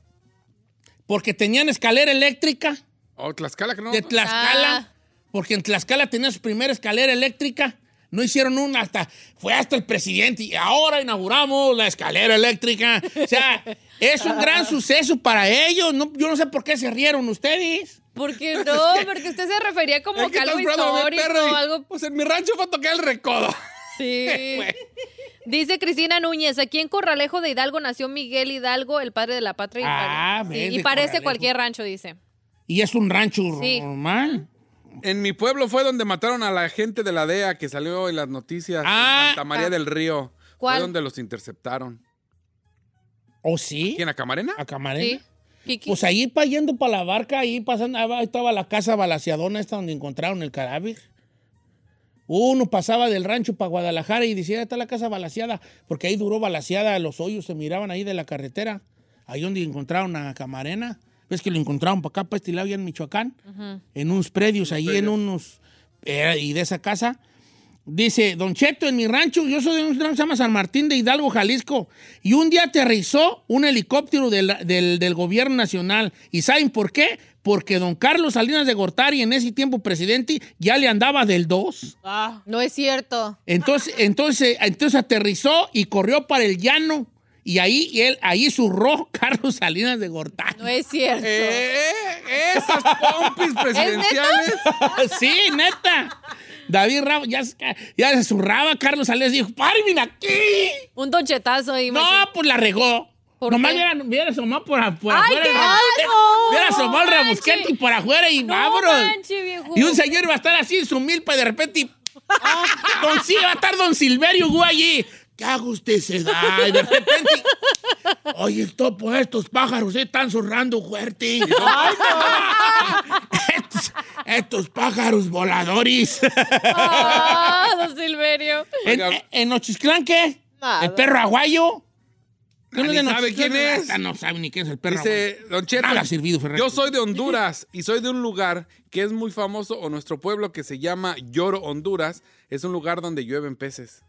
Speaker 4: porque tenían escalera eléctrica
Speaker 6: O Oh, Tlaxcala, que no.
Speaker 4: de
Speaker 5: Ah.
Speaker 4: Tlaxcala, porque en Tlaxcala tenía su primera escalera eléctrica. No hicieron una hasta, fue hasta el presidente y ahora inauguramos la escalera eléctrica. O sea, es un gran suceso para ellos. No, yo no sé por qué se rieron ustedes.
Speaker 5: ¿Por qué no? Porque usted se refería como
Speaker 6: Aquí
Speaker 5: que algo
Speaker 6: estás, brother, mi
Speaker 5: histórico,
Speaker 6: perro, y,
Speaker 5: algo...
Speaker 6: Pues en mi rancho fue a tocar El Recodo.
Speaker 5: Sí. Dice Cristina Núñez, aquí en Corralejo de Hidalgo nació Miguel Hidalgo, el padre de la patria. y
Speaker 4: Ah,
Speaker 5: padre-
Speaker 4: ves,
Speaker 5: Sí, y
Speaker 4: de
Speaker 5: parece
Speaker 4: Corralejo.
Speaker 5: cualquier rancho, dice.
Speaker 4: Y es un rancho
Speaker 5: Sí.
Speaker 4: normal.
Speaker 6: En mi pueblo fue donde mataron a la gente de la DEA que salió en las noticias
Speaker 4: Ah.
Speaker 6: en Santa María del Río.
Speaker 5: ¿Cuál?
Speaker 6: Fue donde los interceptaron.
Speaker 4: ¿O sí?
Speaker 6: ¿Quién, a Camarena?
Speaker 4: A Camarena.
Speaker 5: Sí. Kiki.
Speaker 4: Pues ahí pa, yendo para la barca, ahí pasando, ahí estaba la casa balaseadona esta donde encontraron el cadáver. Uno pasaba del rancho para Guadalajara y decía, "Ah, está la casa balaseada, porque ahí duró balaseada, los hoyos se miraban ahí de la carretera, ahí donde encontraron a Camarena. Ves que lo encontraron para acá, para este lado, ya en Michoacán, en unos predios, ahí en unos... eh, y de esa casa. Dice, Don Cheto, en mi rancho, yo soy de un rancho que se llama San Martín de Hidalgo, Jalisco, y un día aterrizó un helicóptero del, del- del gobierno nacional. ¿Y saben por qué? Porque don Carlos Salinas de Gortari, en ese tiempo presidente, ya le andaba del 2.
Speaker 5: No es cierto.
Speaker 4: Entonces, entonces, entonces aterrizó y corrió para el llano. Y ahí, y él, ahí zurró Carlos Salinas de Gortari.
Speaker 5: No es cierto.
Speaker 6: Eh, esas pompis presidenciales.
Speaker 4: sí, neta. David Ramos ya, se- ya se zurraba Carlos Salinas y dijo, ¡Pármen aquí!
Speaker 5: Un donchetazo ahí.
Speaker 4: No, pues la regó.
Speaker 5: ¿Por
Speaker 4: Nomás
Speaker 5: qué?
Speaker 4: viera, viera asomar por, a- por
Speaker 5: ¡Ay,
Speaker 4: afuera.
Speaker 5: qué
Speaker 4: el rabusquete.
Speaker 5: asco!
Speaker 4: Viera
Speaker 5: ¡No
Speaker 4: asomar el
Speaker 5: manche!
Speaker 4: rabusquete y por afuera y
Speaker 5: No
Speaker 4: vámonos.
Speaker 5: manche, viejo.
Speaker 4: Y un señor iba a estar así en su milpa y de repente. y- don Sil- va a estar don Silverio Gu allí. ¿Qué hago usted se da? Y de repente. Oye, topo, estos pájaros eh, están zurrando fuerte. estos, estos pájaros voladores.
Speaker 5: Ah, don Silverio.
Speaker 4: ¿En,
Speaker 6: Oiga.
Speaker 4: en Nochisclán qué?
Speaker 5: Nada.
Speaker 4: ¿El perro aguayo? ¿Tú
Speaker 6: Ah,
Speaker 4: no
Speaker 6: ni
Speaker 4: de
Speaker 6: sabe
Speaker 4: Nochistlán?
Speaker 6: quién es.
Speaker 4: Ah, No sabe ni quién es el perro
Speaker 6: Dice,
Speaker 4: aguayo.
Speaker 6: Don Cheto,
Speaker 4: Nada ha servido, Ferrer.
Speaker 6: yo soy de Honduras y soy de un lugar que es muy famoso, o nuestro pueblo que se llama Lloro, Honduras. Es un lugar donde llueven peces.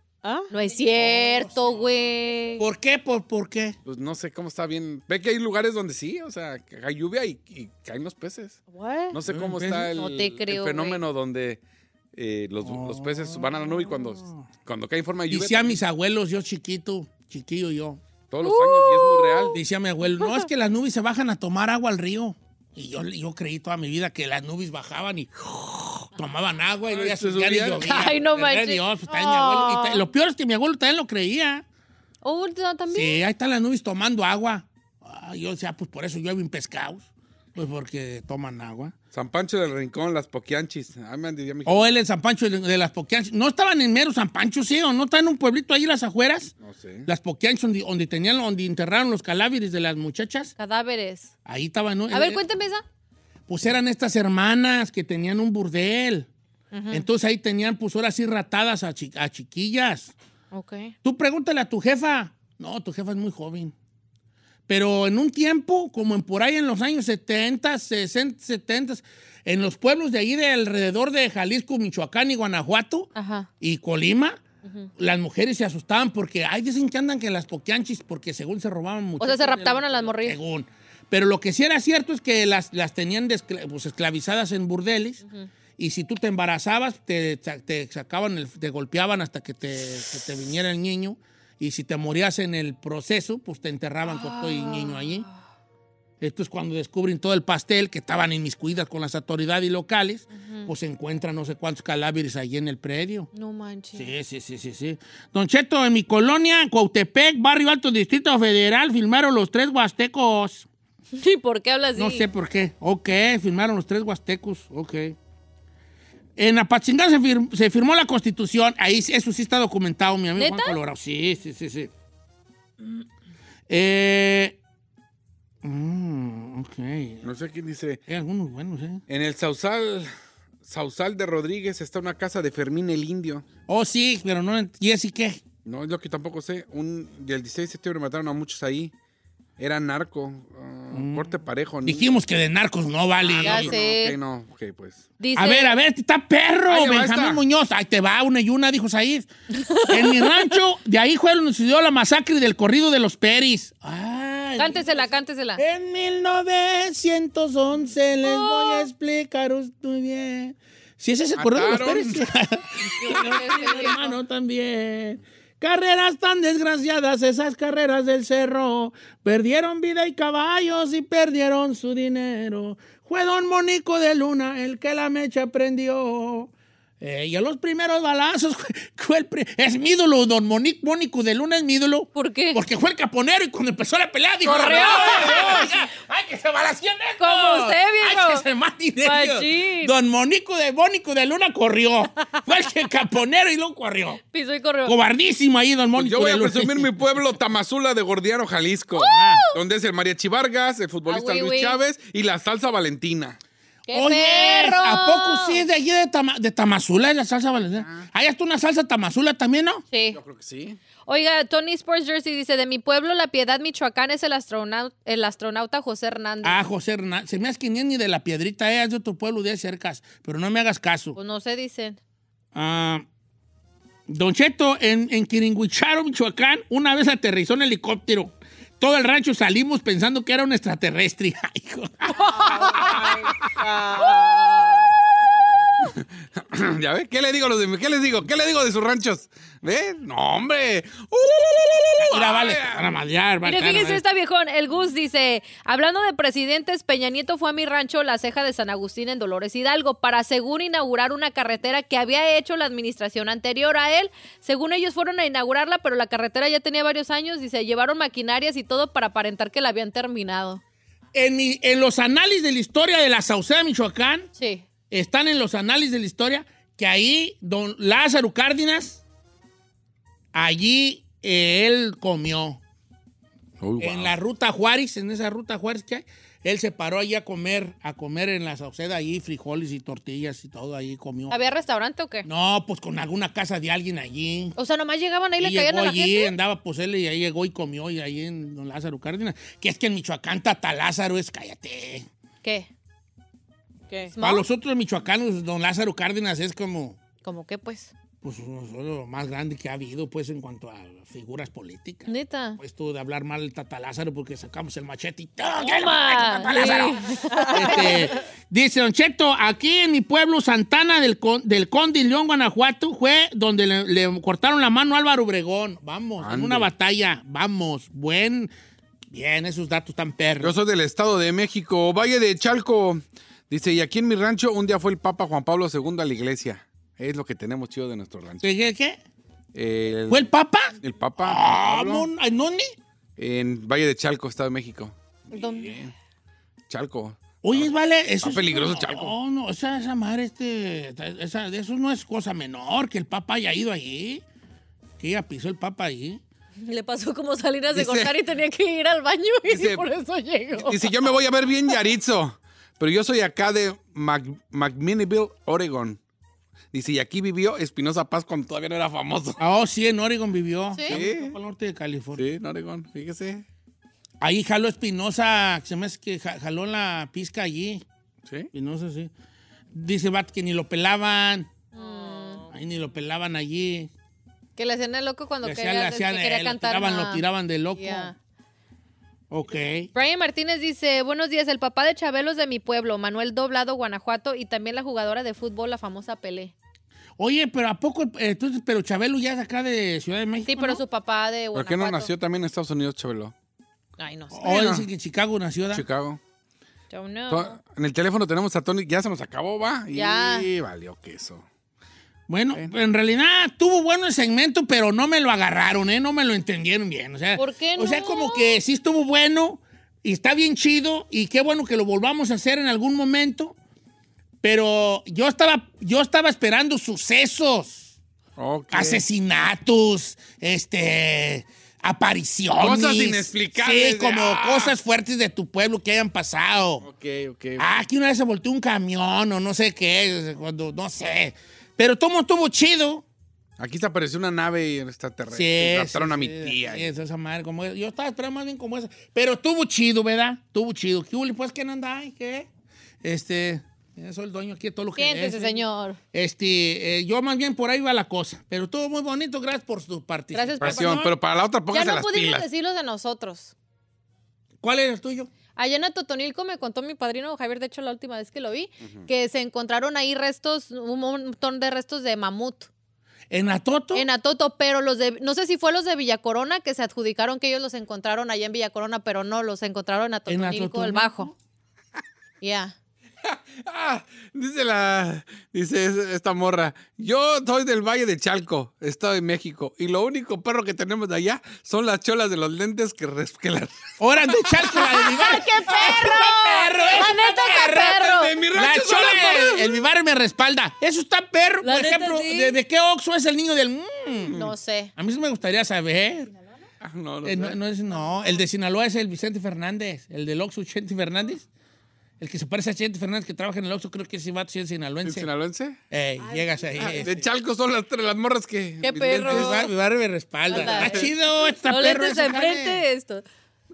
Speaker 5: No es cierto, güey.
Speaker 4: ¿Por qué? ¿Por, por qué?
Speaker 6: Pues no sé cómo está bien. Ve que hay lugares donde sí, o sea, que hay lluvia y, y caen los peces.
Speaker 5: What? Mm,
Speaker 6: No sé
Speaker 4: ¿Llueven
Speaker 6: cómo
Speaker 4: peces?
Speaker 6: está el,
Speaker 5: No te
Speaker 6: el
Speaker 5: creo,
Speaker 6: fenómeno donde eh, los, los peces van a la nube y cuando, cuando cae en forma de lluvia,
Speaker 4: Decía a mis abuelos, yo chiquito, chiquillo yo.
Speaker 6: todos los años y es muy real.
Speaker 4: Decía mi abuelo, no, es que las nubes se bajan a tomar agua al río. Y yo, yo creí toda mi vida que las nubes bajaban y tomaban agua y luego ya
Speaker 6: Ay, pues, se
Speaker 4: subían y
Speaker 6: subían.
Speaker 4: llovía.
Speaker 5: Ay, no
Speaker 4: Ferrer,
Speaker 5: manches.
Speaker 4: Dios, pues, también mi abuelo- y ta- lo peor es que mi abuelo también lo creía.
Speaker 5: Oh, no, también.
Speaker 4: Sí, ahí están las nubes tomando agua. Ah, yo decía, pues por eso llueven pescados. Pues porque toman agua. Oh,
Speaker 6: San Pancho del Rincón, las poquianchis. Ah, me han dicho, mi-
Speaker 4: O él en San Pancho de de las Poquianchas. ¿No estaban en mero San Pancho, sí? ¿O no están en un pueblito ahí las afueras?
Speaker 6: No sé.
Speaker 4: Las Poquianchas, donde, donde tenían, donde enterraron los cadáveres de las muchachas.
Speaker 5: Cadáveres.
Speaker 4: Ahí estaban. ¿no? Eh,
Speaker 5: A ver, cuéntame esa.
Speaker 4: Pues eran estas hermanas que tenían un burdel. Entonces ahí tenían, pues ahora sí, ratadas a, chi- a chiquillas.
Speaker 5: Ok.
Speaker 4: Tú pregúntale a tu jefa. No, tu jefa es muy joven. Pero en un tiempo, como en por ahí en los años 70, 60, 70, en los pueblos de ahí de alrededor de Jalisco, Michoacán y Guanajuato
Speaker 5: Ajá.
Speaker 4: y Colima, las mujeres se asustaban porque, ay, dicen que andan que las poquianchis porque según se robaban mucho.
Speaker 5: O sea, se raptaban a las morrillas.
Speaker 4: Según. Pero lo que sí era cierto es que las, las tenían de escla- pues, esclavizadas en burdeles y si tú te embarazabas, te, sa- te sacaban, el- te golpeaban hasta que te, que te viniera el niño. Y si te morías en el proceso, pues te enterraban con todo el
Speaker 5: Ah.
Speaker 4: niño allí. Esto es cuando descubren todo el pastel que estaban inmiscuidas con las autoridades locales, pues encuentran no sé cuántos cadáveres allí en el predio.
Speaker 5: No manches.
Speaker 4: Sí, sí, sí, sí, sí. Don Cheto, en mi colonia, en Cuautepec, Barrio Alto, Distrito Federal, filmaron los tres huastecos.
Speaker 5: ¿Y por qué hablas así?
Speaker 4: No sé por qué. Ok, firmaron los tres huastecos. Ok. En Apatzingán se, fir- se firmó la constitución. Ahí sí- eso sí está documentado, mi amigo Juan
Speaker 5: ¿Neta? Mm.
Speaker 4: Colorado. Sí, sí, sí, sí. Eh, mm, ok. Hay
Speaker 6: No sé quién dice.
Speaker 4: algunos buenos, ¿eh?
Speaker 6: En el Sausal, Sausal de Rodríguez está una casa de Fermín el Indio.
Speaker 4: Oh, sí, pero no. ent- ¿Y así qué?
Speaker 6: No es lo que tampoco sé. Un, del 16 de septiembre mataron a muchos ahí. Era narco. ah, Corte parejo. ni-
Speaker 4: Mm. Dijimos que de narcos no vale.
Speaker 5: Ya
Speaker 6: no,
Speaker 5: sé.
Speaker 6: ok, no, ok, pues.
Speaker 5: Dice,
Speaker 4: A ver, a ver, está perro,
Speaker 6: Ahí le va
Speaker 4: Benjamín
Speaker 6: esta.
Speaker 4: Muñoz. Ahí te va una y una, dijo Said. En mi rancho, de ahí fue donde sucedió la masacre del corrido de los Peris. Ay.
Speaker 5: Cántesela, cántesela.
Speaker 4: En 1911 les voy a explicar muy bien. Si ese es el corrido de los
Speaker 6: Mataron.
Speaker 4: Peris. hermano también. Carreras tan desgraciadas, esas carreras del cerro. Perdieron vida y caballos y perdieron su dinero. Fue don Monico de Luna el que la mecha prendió. Eh, y a los primeros balazos, fue el pri- es mi ídolo, don Monico, Mónico de Luna es mi ídolo.
Speaker 5: ¿Por qué?
Speaker 4: Porque fue el caponero y cuando empezó la pelea dijo,
Speaker 5: ¡Corrió!
Speaker 4: ¡Ay, Dios! ¡Ay, que se balacien estos!
Speaker 5: Como usted, viejo.
Speaker 4: ¡Ay, que se maten ellos!
Speaker 5: Machín.
Speaker 4: Don Monico de Mónico de Luna corrió. Fue el que caponero y luego corrió.
Speaker 5: Piso y correo.
Speaker 4: Cobardísimo ahí,
Speaker 6: Pues
Speaker 4: don Mónico
Speaker 6: yo voy
Speaker 4: de
Speaker 6: a
Speaker 4: Luna.
Speaker 6: presumir mi pueblo, Tamazula de Gordiano, Jalisco. Donde es el Mariachi Vargas, el futbolista
Speaker 5: Ah, güey,
Speaker 6: Luis
Speaker 5: güey.
Speaker 6: Chávez y la salsa Valentina.
Speaker 5: ¡Qué
Speaker 4: Oye,
Speaker 5: perro!
Speaker 4: ¿a poco sí es de allí de, Tama- de Tamazula, es la salsa
Speaker 5: Ah.
Speaker 4: valenciana? Hay hasta una salsa Tamazula también, ¿no?
Speaker 5: Sí.
Speaker 6: Yo creo que sí.
Speaker 5: Oiga, Tony Sports Jersey dice, de mi pueblo, La Piedad, Michoacán, es el astronauta, el astronauta José Hernández.
Speaker 4: Ah, José Hernández. Se me hace que ni es ni de la piedrita, eh, es de otro pueblo de cercas. Pero no me hagas caso.
Speaker 5: Pues no se dicen.
Speaker 4: Ah, Don Cheto, en, en Quiringuicharo, Michoacán, una vez aterrizó un helicóptero. Todo el rancho salimos pensando que era un extraterrestre. Hijo.
Speaker 6: ¿Ya ve? ¿Qué le digo a los de mi- ¿Qué les digo? ¿Qué le digo de sus ranchos? ¿Ve? ¡No, hombre!
Speaker 4: Mira, vale, te van a madrear, vale, te van
Speaker 5: Mire,
Speaker 4: a
Speaker 5: fíjese
Speaker 4: madrear.
Speaker 5: esta viejón. El Gus dice, hablando de presidentes, Peña Nieto fue a mi rancho La Ceja de San Agustín en Dolores Hidalgo para según inaugurar una carretera que había hecho la administración anterior a él. Según ellos fueron a inaugurarla, pero la carretera ya tenía varios años y se llevaron maquinarias y todo para aparentar que la habían terminado.
Speaker 4: En, mi- en los análisis de la historia de la Sauceda, Michoacán,
Speaker 5: Sí.
Speaker 4: están en los análisis de la historia que ahí don Lázaro Cárdenas, allí eh, él comió.
Speaker 6: Uy, guau.
Speaker 4: En la ruta Juárez, en esa ruta Juárez que hay, él se paró allí a comer, a comer en la Sauceda, allí frijoles y tortillas y todo, allí comió.
Speaker 5: ¿Había restaurante o qué?
Speaker 4: No, pues con alguna casa de alguien allí.
Speaker 5: O sea, nomás llegaban ahí y
Speaker 4: Y
Speaker 5: le caían
Speaker 4: llegó
Speaker 5: a la
Speaker 4: allí,
Speaker 5: gente.
Speaker 4: andaba pues él y ahí llegó y comió y ahí en Don Lázaro Cárdenas. Que es que en Michoacán Tata Lázaro es, cállate.
Speaker 5: ¿Qué?
Speaker 11: ¿Qué?
Speaker 5: ¿Small?
Speaker 4: Para los otros michoacanos, Don Lázaro Cárdenas es como...
Speaker 5: ¿Cómo qué, pues?
Speaker 4: pues uno de lo más grande que ha habido pues en cuanto a figuras políticas.
Speaker 5: Neta.
Speaker 4: Pues Esto de hablar mal del Tata Lázaro porque sacamos el machete y ¡Ah,
Speaker 5: Toma.
Speaker 4: que le mataste, Tata Lázaro! Este, dice Don Cheto, aquí en mi pueblo Santana del, Con- del Conde y León, Guanajuato, fue donde le, le cortaron la mano a Álvaro Obregón. Vamos, en
Speaker 6: Ande.
Speaker 4: una batalla, vamos, buen, bien, esos datos tan
Speaker 6: Yo
Speaker 4: perros.
Speaker 6: soy del Estado de México, Valle de Chalco. Dice, y aquí en mi rancho un día fue el Papa Juan Pablo II a la iglesia. Es lo que tenemos chido de nuestro rancho.
Speaker 4: ¿Qué, qué, qué?
Speaker 6: El,
Speaker 4: ¿Fue el Papa?
Speaker 6: el Papa
Speaker 4: Ah,
Speaker 6: Juan Pablo,
Speaker 4: mon- ay, no, ni.
Speaker 6: en Valle de Chalco, Estado de México.
Speaker 5: ¿Dónde?
Speaker 6: Chalco.
Speaker 4: Oye, vale, eso
Speaker 6: Está peligroso,
Speaker 4: no,
Speaker 6: Chalco.
Speaker 4: No, no, esa, esa madre, este, esa- eso no es cosa menor que el Papa haya ido allí. Que ya pisó el Papa allí.
Speaker 5: Le pasó como Salinas de
Speaker 6: Dice-
Speaker 5: Gortari y tenía que ir al baño y
Speaker 6: Dice-
Speaker 5: por eso llegó.
Speaker 6: Dice, yo me voy a ver bien Yaritzo, pero yo soy acá de Mac McMinnville, Oregon. Dice, y aquí vivió Espinosa Paz cuando todavía no era famoso.
Speaker 4: Ah, oh, sí, en Oregon vivió.
Speaker 5: ¿Sí?
Speaker 4: Está Al norte de California.
Speaker 6: Sí, en Oregon, fíjese.
Speaker 4: Ahí jaló Espinosa, que se me hace que ja- jaló la pizca allí.
Speaker 6: Sí.
Speaker 4: Espinosa, sí. Dice Bat que ni lo pelaban.
Speaker 6: Mm.
Speaker 4: Ahí ni lo pelaban allí.
Speaker 5: Que le hacían el loco cuando
Speaker 4: Le
Speaker 5: quería,
Speaker 4: hacían- le hacían-
Speaker 5: que quería
Speaker 4: eh, lo
Speaker 5: cantar.
Speaker 4: tiraban,
Speaker 5: ajá.
Speaker 4: lo tiraban de loco.
Speaker 5: Ya.
Speaker 4: Ok.
Speaker 5: Brian Martínez dice, buenos días, el papá de Chabelos de mi pueblo, Manuel Doblado, Guanajuato, y también la jugadora de fútbol, la famosa Pelé.
Speaker 4: Oye, pero ¿a poco? eh, Entonces, pero Chabelo ya es acá de Ciudad de México.
Speaker 5: Sí, pero su papá de
Speaker 6: ¿Por
Speaker 5: Guanajuato.
Speaker 6: qué no nació también en Estados Unidos, Chabelo?
Speaker 5: Ay, no sé.
Speaker 4: O dicen que Chicago nació. ¿da?
Speaker 6: Chicago.
Speaker 5: Don't know.
Speaker 6: To- En el teléfono tenemos a Tony. Ya se nos acabó, va.
Speaker 5: Ya.
Speaker 6: Y valió queso.
Speaker 4: Bueno, en realidad tuvo bueno el segmento, pero no me lo agarraron, ¿eh? No me lo entendieron bien. O sea,
Speaker 5: ¿Por qué
Speaker 4: O sea,
Speaker 5: no?
Speaker 4: como que sí estuvo bueno y está bien chido y qué bueno que lo volvamos a hacer en algún momento. Pero yo estaba, yo estaba esperando sucesos,
Speaker 6: Ok.
Speaker 4: asesinatos, este, apariciones.
Speaker 6: Cosas inexplicables.
Speaker 4: Sí, como
Speaker 6: Ah.
Speaker 4: cosas fuertes de tu pueblo que hayan pasado.
Speaker 6: Ok, ok.
Speaker 4: Ah, aquí una vez se volteó un camión o no sé qué, cuando, no sé. Pero todo estuvo chido.
Speaker 6: Aquí se apareció una nave
Speaker 4: Sí.
Speaker 6: extraterrestre. Raptaron
Speaker 4: sí,
Speaker 6: a mi
Speaker 4: sí,
Speaker 6: tía.
Speaker 4: sí, esa, esa madre, como esa. Yo estaba esperando más bien como esa. Pero estuvo chido, ¿verdad? Estuvo chido. ¿Qué hubo? Pues, ¿quién anda ahí? ¿Qué? Este, yo soy el dueño aquí de todo lo que
Speaker 5: Siéntese,
Speaker 4: es.
Speaker 5: señor.
Speaker 4: Este, eh, yo más bien por ahí va la cosa. Pero estuvo muy bonito. Gracias por su participación.
Speaker 5: Gracias por-
Speaker 6: Pasión, pero para la otra
Speaker 5: Ya
Speaker 6: póngase
Speaker 5: no
Speaker 6: las
Speaker 5: pudimos
Speaker 6: pilas.
Speaker 5: decir los de nosotros.
Speaker 4: ¿Cuál era el tuyo?
Speaker 5: Allá en Atotonilco me contó mi padrino Javier, de hecho la última vez que lo vi, que se encontraron ahí restos, un montón de restos de mamut
Speaker 4: ¿En Atoto?
Speaker 5: en Atoto, pero los de, no sé si fue los de Villacorona que se adjudicaron que ellos los encontraron allá en Villacorona, pero no, los encontraron en Atotonilco, el
Speaker 4: Atotonilco?
Speaker 5: bajo. Ya.
Speaker 6: Ah, dice la. Dice es- esta morra. Yo soy del Valle de Chalco, Estado de México. Y lo único perro que tenemos de allá son las cholas de los lentes que, res- que las.
Speaker 4: Horas de charco la de Vivar.
Speaker 5: ¡Qué perro!
Speaker 4: perro!
Speaker 5: La
Speaker 4: ¡Eso
Speaker 5: neta,
Speaker 4: está
Speaker 5: qué
Speaker 4: perro!
Speaker 5: perro.
Speaker 6: De mi
Speaker 4: La
Speaker 6: rancho son las
Speaker 4: chola, el,
Speaker 6: morras.
Speaker 4: el Vivar me respalda. Eso está perro.
Speaker 5: La
Speaker 4: Por
Speaker 5: neta,
Speaker 4: ejemplo,
Speaker 5: sí.
Speaker 4: ¿de, de qué Oxxo es el niño del... mm?
Speaker 5: No sé.
Speaker 4: A mí sí me gustaría saber.
Speaker 6: Ah, no, no
Speaker 4: Eh, no,
Speaker 6: sé.
Speaker 4: no es, no, el de Sinaloa es el Vicente Fernández. El del Oxxo, Chente Fernández. El que se parece a Chente Fernández que trabaja en el Oxxo, creo que ese vato sí es
Speaker 6: ¿El
Speaker 4: sinaloense.
Speaker 6: sinaloense?
Speaker 4: Ey, llegas ahí.
Speaker 6: Ah,
Speaker 4: este.
Speaker 6: de Chalco son las, tres- las morras que.
Speaker 5: Qué
Speaker 6: mis
Speaker 5: perro.
Speaker 6: lentes.
Speaker 4: Vivar, Vivar me respalda.
Speaker 5: Anda,
Speaker 4: Está
Speaker 5: eh.
Speaker 4: chido, está
Speaker 5: Los
Speaker 4: perro.
Speaker 5: lentes
Speaker 4: ese
Speaker 5: de
Speaker 4: jale.
Speaker 5: enfrente de esto.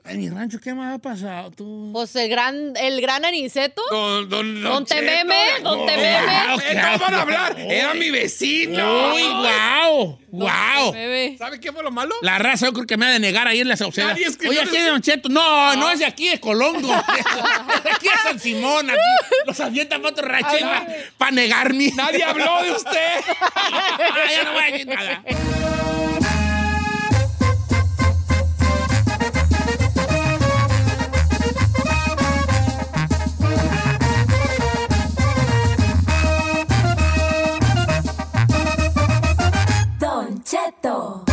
Speaker 4: Ay, mi rancho, ¿qué más ha pasado tú?
Speaker 5: Pues el gran, el gran Aniceto.
Speaker 6: Don, don,
Speaker 5: Don
Speaker 6: Cheto,
Speaker 5: Tememe,
Speaker 6: la-
Speaker 5: Don
Speaker 4: Ah,
Speaker 5: Tememe.
Speaker 4: ok.
Speaker 6: Eh, no van a hablar. Era mi vecino.
Speaker 4: ¡Uy, guau! ¡Guau!
Speaker 5: Bebé.
Speaker 6: ¿Sabe qué fue lo malo?
Speaker 4: La raza yo creo que me ha de negar ahí en la sauceda.
Speaker 6: Nadie escribió
Speaker 4: Oye, aquí
Speaker 6: eso.
Speaker 4: es de Don Cheto. No, no es de aquí, de Colombo. Es de aquí de San Simón. Aquí. Los avientan para otro rancho para negarme.
Speaker 6: Nadie habló de usted.
Speaker 4: Ah, ya no voy a decir nada.
Speaker 10: Don Cheto.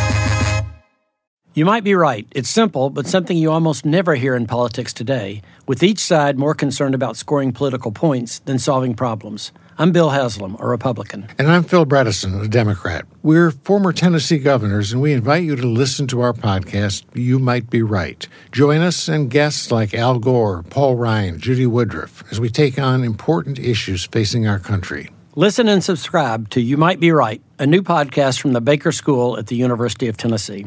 Speaker 2: You might be right. It's simple, but something you almost never hear in politics today, with each side more concerned about scoring political points than solving problems. I'm Bill Haslam, a Republican.
Speaker 3: And I'm Phil Bredesen, a Democrat. We're former Tennessee governors, and we invite you to listen to our podcast, You Might Be Right. Join us and guests like Al Gore, Paul Ryan, Judy Woodruff, as we take on important issues facing our country.
Speaker 2: Listen and subscribe to You Might Be Right, a new podcast from the Baker School at the University of Tennessee.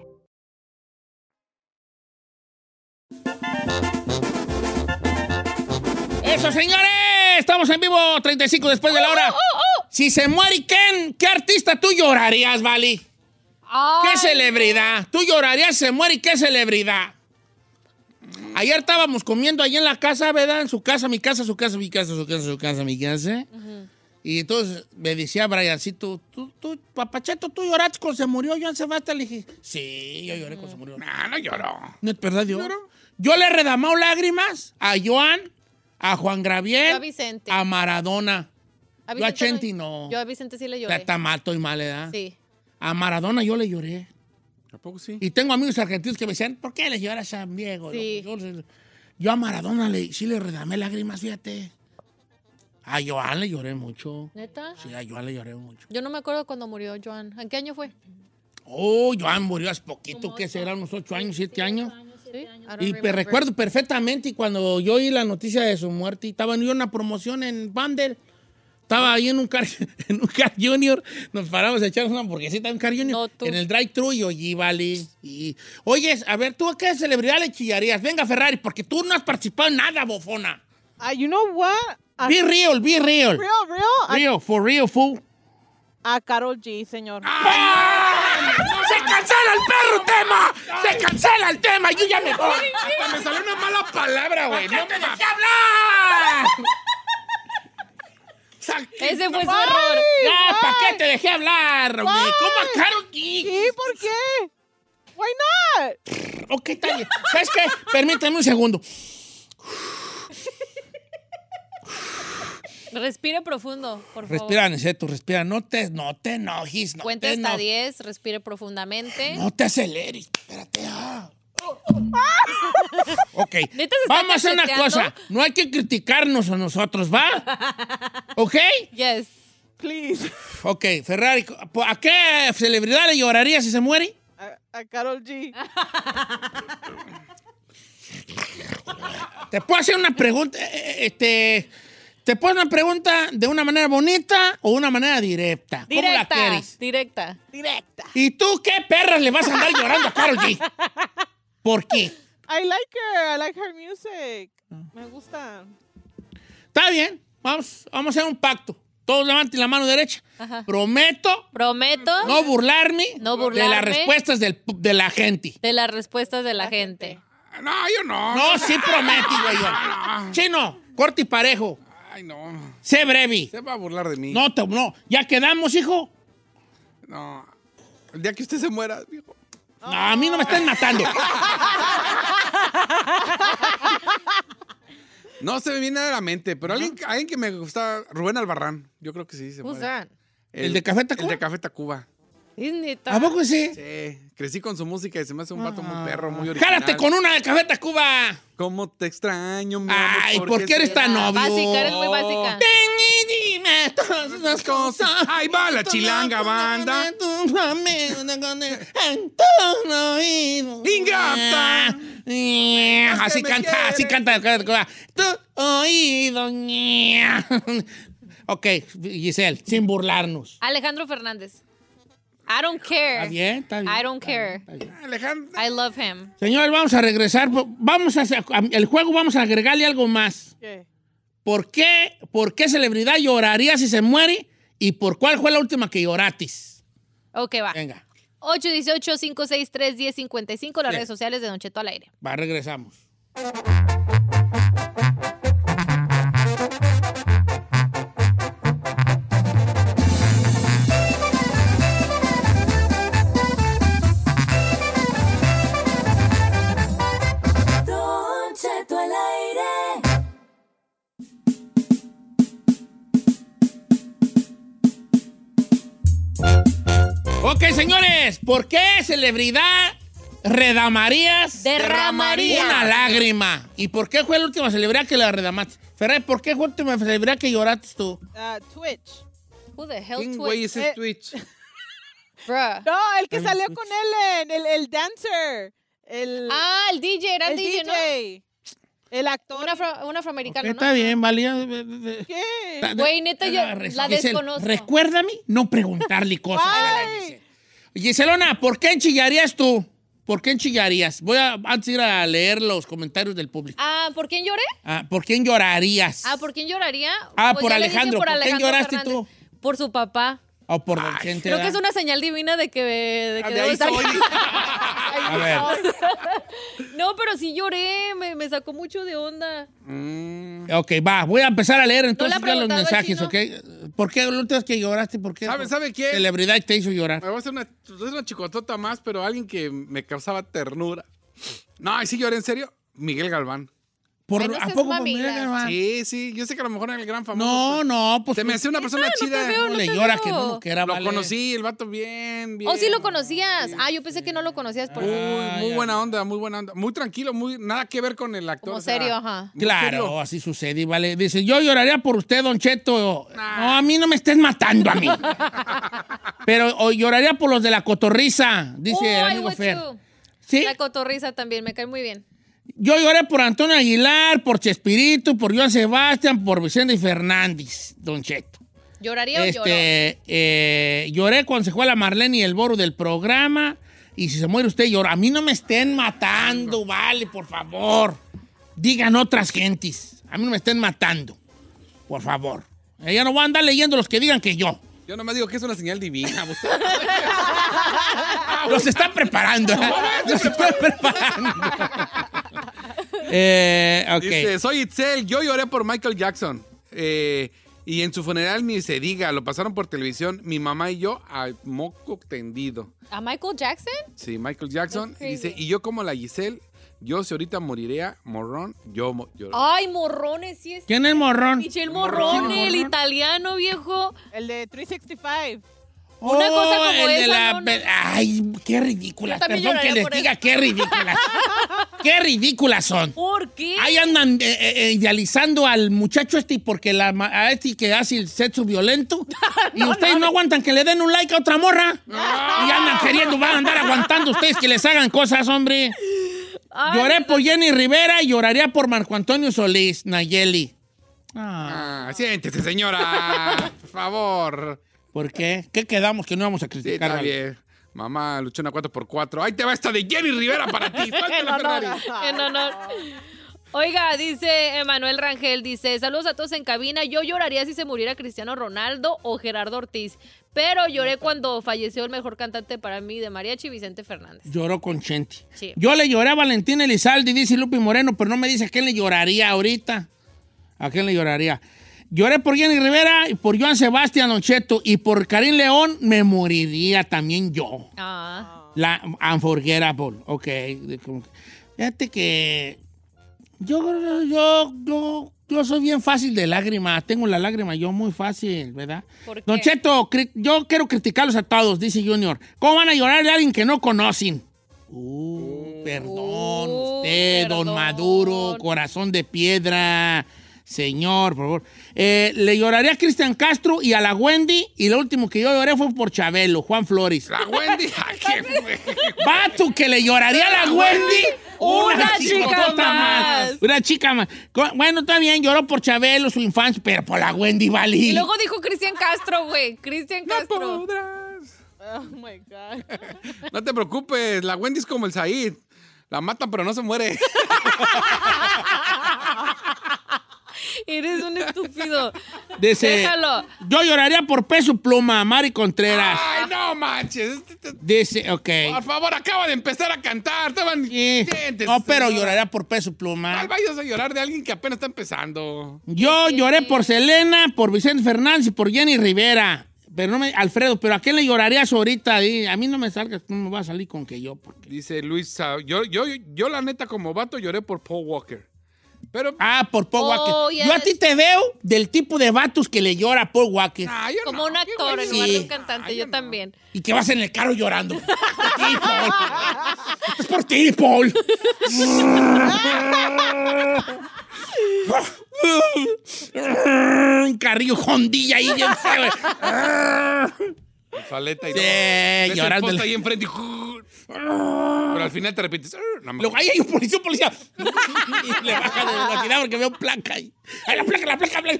Speaker 4: ¡Eso, señores! Estamos en vivo 35 después de la
Speaker 5: Oh,
Speaker 4: hora. Si se muere Ken, ¿qué artista tú llorarías, Vali?
Speaker 5: oh.
Speaker 4: ¿Qué celebridad? Tú llorarías, se muere y qué celebridad. Ayer estábamos comiendo ahí en la casa, ¿verdad? En su casa, mi casa, su casa, mi casa, su casa, su casa, mi casa. Y entonces me decía Briancito, tú, tú, papacheto, tú lloraste cuando se murió Joan Sebastián. Le dije, sí, yo lloré cuando se murió.
Speaker 6: Ah, no lloró.
Speaker 4: No es verdad, yo. Yo le he redamado lágrimas a Joan, a Juan Graviel,
Speaker 5: Yo a Vicente.
Speaker 4: a Maradona.
Speaker 5: A
Speaker 4: Yo a
Speaker 5: Vicente
Speaker 4: Chenti no.
Speaker 5: Yo a Vicente sí le
Speaker 4: Está
Speaker 5: lloré.
Speaker 4: está mal, estoy mal, ¿verdad?
Speaker 5: Sí.
Speaker 4: A Maradona yo le lloré.
Speaker 6: ¿A poco sí?
Speaker 4: Y tengo amigos argentinos que me decían, ¿por qué le lloras a San Diego?
Speaker 5: Sí.
Speaker 4: Yo, yo- yo a Maradona le, sí le redamé lágrimas, fíjate. A Joan le lloré mucho.
Speaker 5: ¿Neta?
Speaker 4: Sí, a Joan le lloré mucho.
Speaker 5: Yo no me acuerdo cuando murió Joan. ¿En qué año fue?
Speaker 4: Oh, Joan murió hace poquito, que será unos ocho años, siete años. Y pues, recuerdo perfectamente y cuando yo oí la noticia de su muerte, estaba en una promoción en Bandel. Estaba ahí en un car, en un car junior, nos paramos a echar una hamburguesita en un car junior, en el drive-thru y oye, vale. Y, oye, a ver, ¿tú a qué celebridad le chillarías? Venga, Ferrari, porque tú no has participado en nada, bofona.
Speaker 12: Ah, you know what? A-
Speaker 4: Be real, be real.
Speaker 12: Real, real. A-
Speaker 4: Real, for real, fool.
Speaker 12: A Carol G, señor.
Speaker 4: ¡Ah! ¡Se cancela el perro tema! ¡Se cancela el tema! ¡Yo ya me voy! Hasta me salió una mala palabra, güey. ¡No te dejé hablar!
Speaker 5: Ese fue su
Speaker 4: Ay,
Speaker 5: error.
Speaker 4: Ya, ¿para qué te dejé hablar, güey? ¿Cómo a Karol G?
Speaker 12: ¿Y por qué? Why not?
Speaker 4: Ok, está bien. ¿Sabes qué? Permítame un segundo.
Speaker 5: Respire profundo, por favor.
Speaker 4: Respira, Niceto, respira. No te, no te enojes, no
Speaker 5: Cuenta
Speaker 4: te
Speaker 5: hasta
Speaker 4: enojes.
Speaker 5: 10, respire profundamente.
Speaker 4: No te aceleres. Ok.
Speaker 5: Neta se está
Speaker 4: Vamos a hacer una
Speaker 5: cacheteando.
Speaker 4: cosa. No hay que criticarnos a nosotros, ¿va? ¿Ok?
Speaker 5: Yes.
Speaker 12: Please.
Speaker 4: Ok, Ferrari, ¿a qué celebridad le lloraría si se muere?
Speaker 12: A, a Carol G.
Speaker 4: Te puedo hacer una pregunta, eh, eh, este, te puedo hacer una pregunta de una manera bonita o una manera directa. ¿Cómo la
Speaker 5: Directa,
Speaker 4: quieres?
Speaker 5: directa.
Speaker 12: Directa.
Speaker 4: ¿Y tú qué perras le vas a andar llorando a Carol G? ¿Por qué?
Speaker 12: I like her. I like her music.
Speaker 4: Ah.
Speaker 12: Me gusta.
Speaker 4: Está bien, vamos, vamos a hacer un pacto. Todos levanten la mano derecha.
Speaker 5: Ajá.
Speaker 4: Prometo
Speaker 5: Prometo
Speaker 4: no burlarme,
Speaker 5: No
Speaker 4: de
Speaker 5: burlarme.
Speaker 4: las respuestas del- de la gente.
Speaker 5: de las respuestas de la gente.
Speaker 6: No, yo no.
Speaker 4: No, sí prometí, güey.
Speaker 6: Ah.
Speaker 4: yo. Chino, corto y parejo.
Speaker 6: Ay, no.
Speaker 4: Sé breve.
Speaker 6: Se va a burlar de mí.
Speaker 4: No, te- no. ¿Ya quedamos, hijo?
Speaker 6: No. El día que usted se muera, dijo.
Speaker 4: No, a mí no me están matando.
Speaker 6: No se me viene a la mente, pero alguien, alguien que me gusta, Rubén Albarrán. Yo creo que sí se
Speaker 5: Who's
Speaker 6: muere.
Speaker 5: that?
Speaker 4: ¿El de Café Tacuba?
Speaker 6: El de Café Tacuba.
Speaker 5: Es neta.
Speaker 4: ¿A poco sí?
Speaker 6: Sí. Crecí con su música y se me hace un vato
Speaker 5: Ah.
Speaker 6: muy perro, muy original.
Speaker 4: ¡Jálate con una de Café Tacuba!
Speaker 6: ¿Cómo te extraño, mi amor?
Speaker 4: Ay, ¿por qué eres tan obvio?
Speaker 5: Básica, eres muy básica.
Speaker 4: Ven y dime todas las cosas.
Speaker 6: Ahí va la chilanga banda. Ingrata.
Speaker 4: Así
Speaker 6: me
Speaker 4: canta, así
Speaker 6: quieres.
Speaker 4: canta. Café Tacuba. Tu oído. Ok, Giselle, sin burlarnos.
Speaker 5: Alejandro Fernández. I don't care.
Speaker 4: Está bien, está bien.
Speaker 5: I don't care.
Speaker 6: Alejandro.
Speaker 5: I love him.
Speaker 4: Señores, vamos a regresar. Vamos a, el juego vamos a agregarle algo más.
Speaker 12: ¿Qué?
Speaker 4: ¿Por qué, ¿Por qué celebridad lloraría si se muere? ¿Y por cuál fue la última que lloratis?
Speaker 5: Ok, va.
Speaker 4: Venga,
Speaker 5: 818-563-1055, las redes sociales de Don Cheto al aire.
Speaker 4: va, regresamos.
Speaker 10: Don Cheto al aire.
Speaker 4: Ok, señores, ¿por qué celebridad redamarías
Speaker 5: Derramaría.
Speaker 4: una lágrima? ¿Y por qué fue la última celebridad que la redamaste? Ferrer, ¿por qué fue la última celebridad que lloraste tú?
Speaker 12: Ah, Twitch. Eh,
Speaker 5: Who the hell
Speaker 6: ¿Quién, güey,
Speaker 5: twitch?
Speaker 6: es el Twitch?
Speaker 5: Bruh.
Speaker 12: No, el que salió con Ellen, el, el dancer. El,
Speaker 5: Ah, el DJ, era el,
Speaker 12: el
Speaker 5: DJ, ¿no?
Speaker 12: El actor.
Speaker 5: Un, afro- un afroamericano, Ah.
Speaker 4: Ok, está bien, valía. de- de- de-
Speaker 12: ¿Qué?
Speaker 4: Ta-
Speaker 5: Güey, neta, yo
Speaker 4: res-
Speaker 5: la
Speaker 4: Giselle,
Speaker 5: desconozco. Ah.
Speaker 4: Recuérdame no preguntarle cosas.
Speaker 12: Ay.
Speaker 4: Giselle. Giselona, ¿por qué enchillarías tú? ¿Por qué enchillarías? Voy a antes de ir a leer los comentarios del público.
Speaker 5: ¿no? Ah, ¿por quién lloré?
Speaker 4: Ah, ¿Por quién llorarías?
Speaker 5: Ah, ¿por quién lloraría? Pues
Speaker 4: Ah, por
Speaker 5: ya le dije
Speaker 4: Alejandro. ¿Por quién lloraste
Speaker 5: Fernández. Por su papá.
Speaker 4: ¿O por la gente?
Speaker 5: Creo que es
Speaker 4: ¿verdad?
Speaker 5: una señal divina de que, de
Speaker 6: Ah,
Speaker 5: que
Speaker 6: de
Speaker 5: debo
Speaker 6: ahí
Speaker 5: estar-
Speaker 6: soy.
Speaker 4: A ver.
Speaker 5: No, pero sí lloré, me, me sacó mucho de onda.
Speaker 6: Mm.
Speaker 4: Ok, va, voy a empezar a leer entonces
Speaker 5: la
Speaker 4: ya los
Speaker 5: preguntaba,
Speaker 4: mensajes,
Speaker 5: chino.
Speaker 4: ¿ok? ¿Por qué la última vez que lloraste? ¿Por qué?
Speaker 6: ¿Sabe- sabe qué?
Speaker 4: Celebridad te hizo llorar.
Speaker 6: Me voy a hacer una, es una chicotota más, pero alguien que me causaba ternura. No, y sí lloré, en serio. Miguel Galván.
Speaker 4: Por,
Speaker 5: Ay, no
Speaker 4: ¿A
Speaker 5: seas
Speaker 4: poco por
Speaker 5: mami,
Speaker 4: María
Speaker 5: la-
Speaker 4: Galván?
Speaker 6: Sí, sí, yo sé que a lo mejor era el gran famoso.
Speaker 4: No, no, pues.
Speaker 6: Se me hace una persona
Speaker 5: no te
Speaker 6: chida.
Speaker 5: veo, no te
Speaker 6: señora
Speaker 5: veo.
Speaker 6: que no, que era Lo
Speaker 4: vale.
Speaker 6: conocí, el vato bien, bien.
Speaker 5: Oh, sí lo conocías. Ah, yo pensé que no lo conocías pues. por
Speaker 6: Muy,
Speaker 4: Ah,
Speaker 6: muy buena onda, muy buena onda. Muy tranquilo, muy nada que ver con el actor.
Speaker 5: como
Speaker 6: o sea,
Speaker 5: serio, ajá.
Speaker 6: muy serio.
Speaker 4: Claro, así sucede, ¿vale? Dice, yo lloraría por usted, Don Cheto. No, a mí no me estés matando a mí. Pero o lloraría por los de la cotorriza, dice
Speaker 5: Oh,
Speaker 4: el
Speaker 5: I
Speaker 4: amigo
Speaker 5: want
Speaker 4: Fer.
Speaker 5: you.
Speaker 4: ¿Sí?
Speaker 5: La cotorriza también, me cae muy bien.
Speaker 4: Yo lloré por Antonio Aguilar, por Chespirito, por Joan Sebastián, por Vicente Fernández, Don Cheto.
Speaker 5: ¿Lloraría o lloró?
Speaker 4: este, eh, lloré cuando se fue la Marlene y el Boru del programa. Y si se muere usted, llora. A mí no me estén matando, vale, por favor. Digan otras gentes. A mí no me estén matando. Por favor. Eh, Ya no voy a andar leyendo los que digan que yo.
Speaker 6: Yo nomás digo que es una señal divina. vos.
Speaker 4: Los están preparando. Los están preparando. Eh, ok.
Speaker 6: Dice, soy Itzel, yo lloré por Michael Jackson. Eh, y en su funeral ni se diga, lo pasaron por televisión, mi mamá y yo a moco tendido.
Speaker 5: ¿A Michael Jackson?
Speaker 6: Sí, Michael Jackson.
Speaker 5: That's
Speaker 6: Dice,
Speaker 5: crazy.
Speaker 6: y yo como la Giselle, yo si ahorita moriría, morrón, yo mo- lloro.
Speaker 5: Ay, morrones, sí es.
Speaker 4: ¿Quién es Morrón?
Speaker 5: Michel Morrón, el italiano viejo.
Speaker 12: El de 365.
Speaker 5: Una cosa como
Speaker 4: Oh, el de
Speaker 5: esa,
Speaker 4: la-
Speaker 5: no, no.
Speaker 4: Ay, qué ridículas.
Speaker 5: Yo también
Speaker 4: Perdón que
Speaker 5: lloraría
Speaker 4: les
Speaker 5: por
Speaker 4: diga qué ridículas. qué ridículas son.
Speaker 5: ¿Por qué?
Speaker 4: Ahí andan eh, eh, eh, idealizando al muchacho este porque la ma- a este que hace el sexo violento y ustedes no, aguantan que le den un like a otra morra y andan queriendo, van a andar aguantando ustedes que les hagan cosas, hombre.
Speaker 5: Ay,
Speaker 4: Lloré por Jenny Rivera y lloraría por Marco Antonio Solís, Nayeli. Ah,
Speaker 6: Ah, siéntese, señora. por favor.
Speaker 4: ¿Por qué? ¿Qué quedamos que no vamos a
Speaker 6: Sí,
Speaker 4: criticar?
Speaker 6: está
Speaker 4: a-
Speaker 6: bien. Mamá, luchó una 4x4. Ahí te va esta de Jenny Rivera para ti. Suéltala, Ferrari.
Speaker 5: En honor. Oiga, dice Emanuel Rangel, dice, saludos a todos en cabina, yo lloraría si se muriera Cristiano Ronaldo o Gerardo Ortiz, pero lloré cuando falleció el mejor cantante para mí de mariachi, Vicente Fernández.
Speaker 4: Lloró con Chente.
Speaker 5: Sí.
Speaker 4: Yo le lloré a Valentín Elizalde, dice Lupi Moreno, pero no me dice a quién le lloraría ahorita. ¿A quién le lloraría? Lloré por Jenny Rivera y por Joan Sebastián Ocheto y por Karim León me moriría también yo.
Speaker 5: Ah,
Speaker 4: La unforgettable, ok. de como que- Fíjate que yo, yo, yo, yo soy bien fácil de lágrimas, tengo la lágrima yo muy fácil, ¿verdad?
Speaker 5: ¿Por
Speaker 4: Don
Speaker 5: qué?
Speaker 4: Cheto, cri- yo quiero criticarlos a todos, dice Junior. ¿Cómo van a llorar de alguien que no conocen? Uh, perdón,
Speaker 5: Uh,
Speaker 4: usted, don
Speaker 5: perdón.
Speaker 4: Maduro, corazón de piedra. Señor, por favor. Eh, le lloraré a Cristian Castro y a la Wendy. Y lo último que yo lloré fue por Chabelo, Juan Flores.
Speaker 6: La Wendy. ¿A quién, güey?
Speaker 4: Vato que le lloraría a la Wendy.
Speaker 5: Una chica
Speaker 4: chicotota
Speaker 5: más.
Speaker 4: Una chica más. Co- Bueno, está bien, lloró por Chabelo, su infancia, pero por la Wendy
Speaker 5: Y
Speaker 4: valí.
Speaker 5: luego dijo Cristian Castro, güey, Cristian Castro.
Speaker 6: Podrás.
Speaker 12: Oh my God.
Speaker 6: No te preocupes, la Wendy es como el Said. La matan, pero no se muere.
Speaker 5: Eres un estúpido.
Speaker 4: Dice,
Speaker 5: Déjalo. Ah.
Speaker 4: Yo lloraría por peso pluma, Mari Contreras.
Speaker 6: Ay, no manches. Este- este-
Speaker 4: Dice, ok.
Speaker 6: Por favor, acaba de empezar a cantar. Estaban.
Speaker 4: Sí.
Speaker 6: Siéntese,
Speaker 4: No, pero
Speaker 6: señora.
Speaker 4: lloraría por peso pluma.
Speaker 6: Tal vayas a llorar de alguien que apenas está empezando.
Speaker 4: Yo lloré por Selena, por Vicente Fernández y por Jenny Rivera. Pero no me, Alfredo, pero ¿a quién le llorarías ahorita? Ahí? A mí no me salgas, no me va a salir con que yo. porque-
Speaker 6: Dice Luis, Sa- yo, yo, yo la neta como vato lloré por Paul Walker. Pero,
Speaker 4: Ah, por Paul
Speaker 5: Oh,
Speaker 4: Walker.
Speaker 5: yes.
Speaker 4: Yo a ti te veo del tipo de vatos que le llora a Paul Walker.
Speaker 6: Ah, yo
Speaker 5: Como
Speaker 6: no,
Speaker 5: un
Speaker 6: qué
Speaker 5: actor
Speaker 6: güey.
Speaker 5: en lugar de un
Speaker 4: Sí.
Speaker 5: cantante,
Speaker 6: Ay,
Speaker 5: yo
Speaker 6: no.
Speaker 5: también.
Speaker 4: Y que vas en el carro llorando. Por ti, Paul. Es por ti, Paul. Un Mm, carrillo jondilla ahí bien feo.
Speaker 6: Faleta pues, y todo.
Speaker 4: Sí,
Speaker 6: Ves el
Speaker 4: llorando.
Speaker 6: poste ahí enfrente y... Pero al final te repites. "Arr", no me-
Speaker 4: Luego, ahí hay un policía, un policía. Y le baja de velocidad porque veo placa ahí. Ahí la placa, la placa, la placa.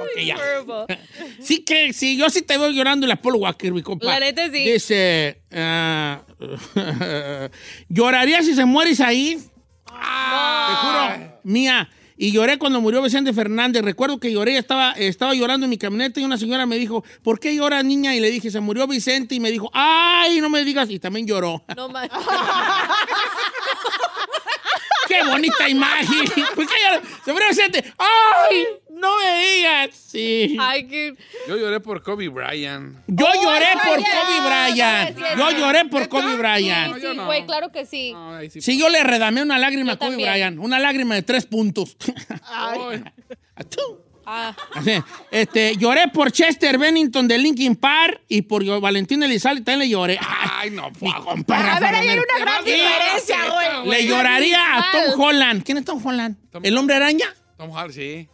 Speaker 4: Ok, ya.
Speaker 5: Horrible.
Speaker 4: Sí que, sí, yo sí te veo llorando la Paul Walker, mi compa.
Speaker 5: La neta sí.
Speaker 4: Dice, ah, lloraría si se muere ahí. Te juro, mía. Y lloré cuando murió Vicente Fernández. Recuerdo que lloré, estaba, estaba llorando en mi camioneta y una señora me dijo, ¿por qué llora niña? Y le dije, se murió Vicente. Y me dijo, ¡ay, no me digas! Y también lloró.
Speaker 5: No más.
Speaker 4: Pues, ¡Qué bonita imagen! ¿Por qué llora? ¡Se murió Vicente! ¡Ay, no no me digas. Sí.
Speaker 6: Yo lloré por Kobe Bryant.
Speaker 4: Yo
Speaker 6: Oh,
Speaker 4: lloré por
Speaker 6: Bryant.
Speaker 4: Kobe Bryant. Yo lloré por Kobe
Speaker 5: Sí,
Speaker 4: Bryant.
Speaker 5: sí, güey, claro que sí.
Speaker 4: Sí, yo le redamé una lágrima a Kobe
Speaker 5: también.
Speaker 4: Bryant. Una lágrima de tres puntos.
Speaker 5: Ah.
Speaker 4: Así, este, lloré por Chester Bennington de Linkin Park y por Yo- Valentín Elizalde también le lloré. Ay, no,
Speaker 12: A ver, ahí hay una gran
Speaker 4: Sí.
Speaker 12: diferencia, güey.
Speaker 4: Le lloraría a Tom Holland. ¿Quién es Tom Holland? ¿El hombre araña?
Speaker 6: Tom Hardy, sí.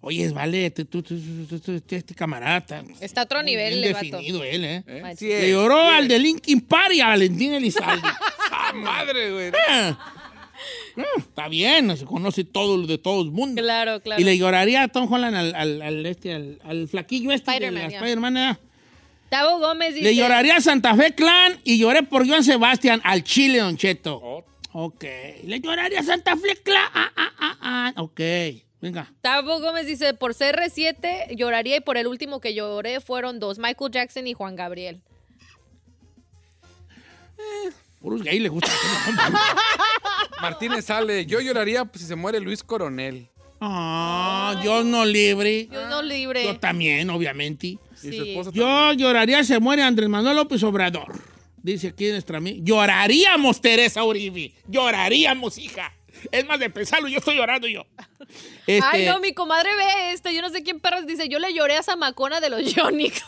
Speaker 4: Oye, vale, tú, tú, tú, tú, tú, tú, tú, este camarada está-
Speaker 5: Está a otro nivel,
Speaker 4: bien
Speaker 5: el vato.
Speaker 4: definido él, ¿eh?
Speaker 5: Ay,
Speaker 6: Sí es,
Speaker 4: Le lloró
Speaker 6: sí
Speaker 4: al de Linkin Park y a Valentín Elizalde.
Speaker 6: ¡Ah, madre, güey!
Speaker 4: Ah, Está bien, se conoce todo lo de todo el mundo.
Speaker 5: Claro, claro.
Speaker 4: Y le lloraría a Tom Holland al, al, al este, al, al flaquillo este.
Speaker 5: Spider-Man,
Speaker 4: de la
Speaker 5: ya.
Speaker 4: Spider-Man, ¿eh?
Speaker 5: Tavo Gómez dice.
Speaker 4: Le lloraría a Santa Fe Clan y lloré por Joan Sebastián al Chile, Don Cheto. Ok. Le lloraría a Santa Fe Clan. Ah, ah, ah, ah. Ok. Venga.
Speaker 5: Tavo Gómez dice, por CR7 lloraría y por el último que lloré fueron dos, Michael Jackson y Juan Gabriel.
Speaker 4: Puros gay le gusta.
Speaker 6: Martínez sale. Yo lloraría pues, si se muere Luis Coronel.
Speaker 4: Ah, Dios no libre.
Speaker 5: Dios no libre.
Speaker 4: Yo también, obviamente.
Speaker 6: Y su esposa
Speaker 4: Yo lloraría se muere Andrés Manuel López Obrador. Dice aquí nuestra amiga. Lloraríamos, Teresa Uribe. Lloraríamos, hija. Es más de pensarlo, yo estoy llorando yo. Este,
Speaker 5: Ay, no, mi comadre ve este. Yo no sé quién perras dice. Yo le lloré a Zamacona de los Yonix.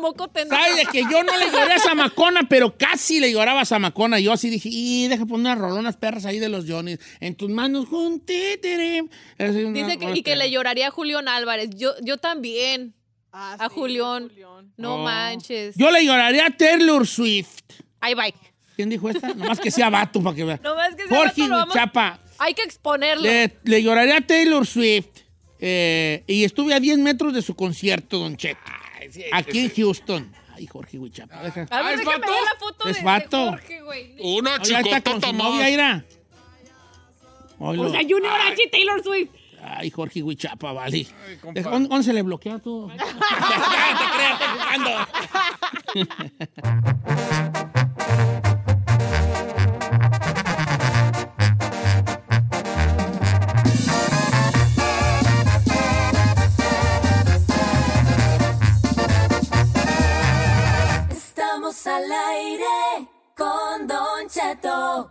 Speaker 5: Moco tendido.
Speaker 4: Ay, de que yo no le lloré a Zamacona, pero casi le lloraba a Zamacona. Yo así dije, y deja poner unas rolonas perras ahí de los Johnny's. En tus manos, un títere. Así, una
Speaker 5: Dice que,
Speaker 4: rola
Speaker 5: y que
Speaker 4: perra.
Speaker 5: le lloraría a Julián Álvarez. Yo, yo también. a Julián. No
Speaker 4: Oh.
Speaker 5: manches.
Speaker 4: Yo le lloraría a Taylor Swift.
Speaker 5: Ay, bye.
Speaker 4: ¿Quién dijo esta? Nomás que sea vato para que vea.
Speaker 5: Nomás que ese
Speaker 4: Jorge
Speaker 5: vato lo vamos-
Speaker 4: Chapa.
Speaker 5: Hay que exponerlo.
Speaker 4: Le, le lloraré a Taylor Swift. eh, y estuve a 10 metros de su concierto, Don Cheto. aquí en Houston. Ay, Jorge Huichapa. deja.
Speaker 5: A ver,
Speaker 6: Ah, ¿es
Speaker 5: déjame
Speaker 6: vato?
Speaker 5: ver la foto de,
Speaker 4: ¿Es
Speaker 5: de
Speaker 4: vato?
Speaker 5: Jorge, güey.
Speaker 6: Una
Speaker 4: Ahí está con su novia, Ira. Hoy lo-
Speaker 5: O sea, Junior H. y Taylor Swift.
Speaker 4: Ay, Jorge Huichapa, vale.
Speaker 6: compa.
Speaker 4: Deja- ¿Dónde dónde se le bloquea tú?
Speaker 10: Estamos al aire con Don Cheto.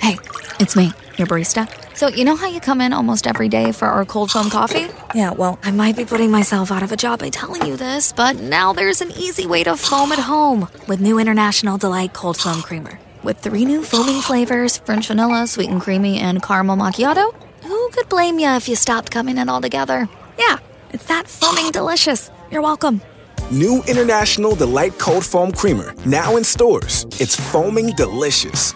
Speaker 13: Hey, it's me, your barista. So, you know how you come in almost every day for our cold foam coffee? Yeah, well, I might be putting myself out of a job by telling you this, but now there's an easy way to foam at home with new International Delight Cold Foam Creamer. With three new foaming flavors French vanilla, sweet and creamy, and caramel macchiato, who could blame you if you stopped coming in altogether? Yeah, it's that foaming delicious. You're welcome.
Speaker 14: New International Delight Cold Foam Creamer, now in stores. It's foaming delicious.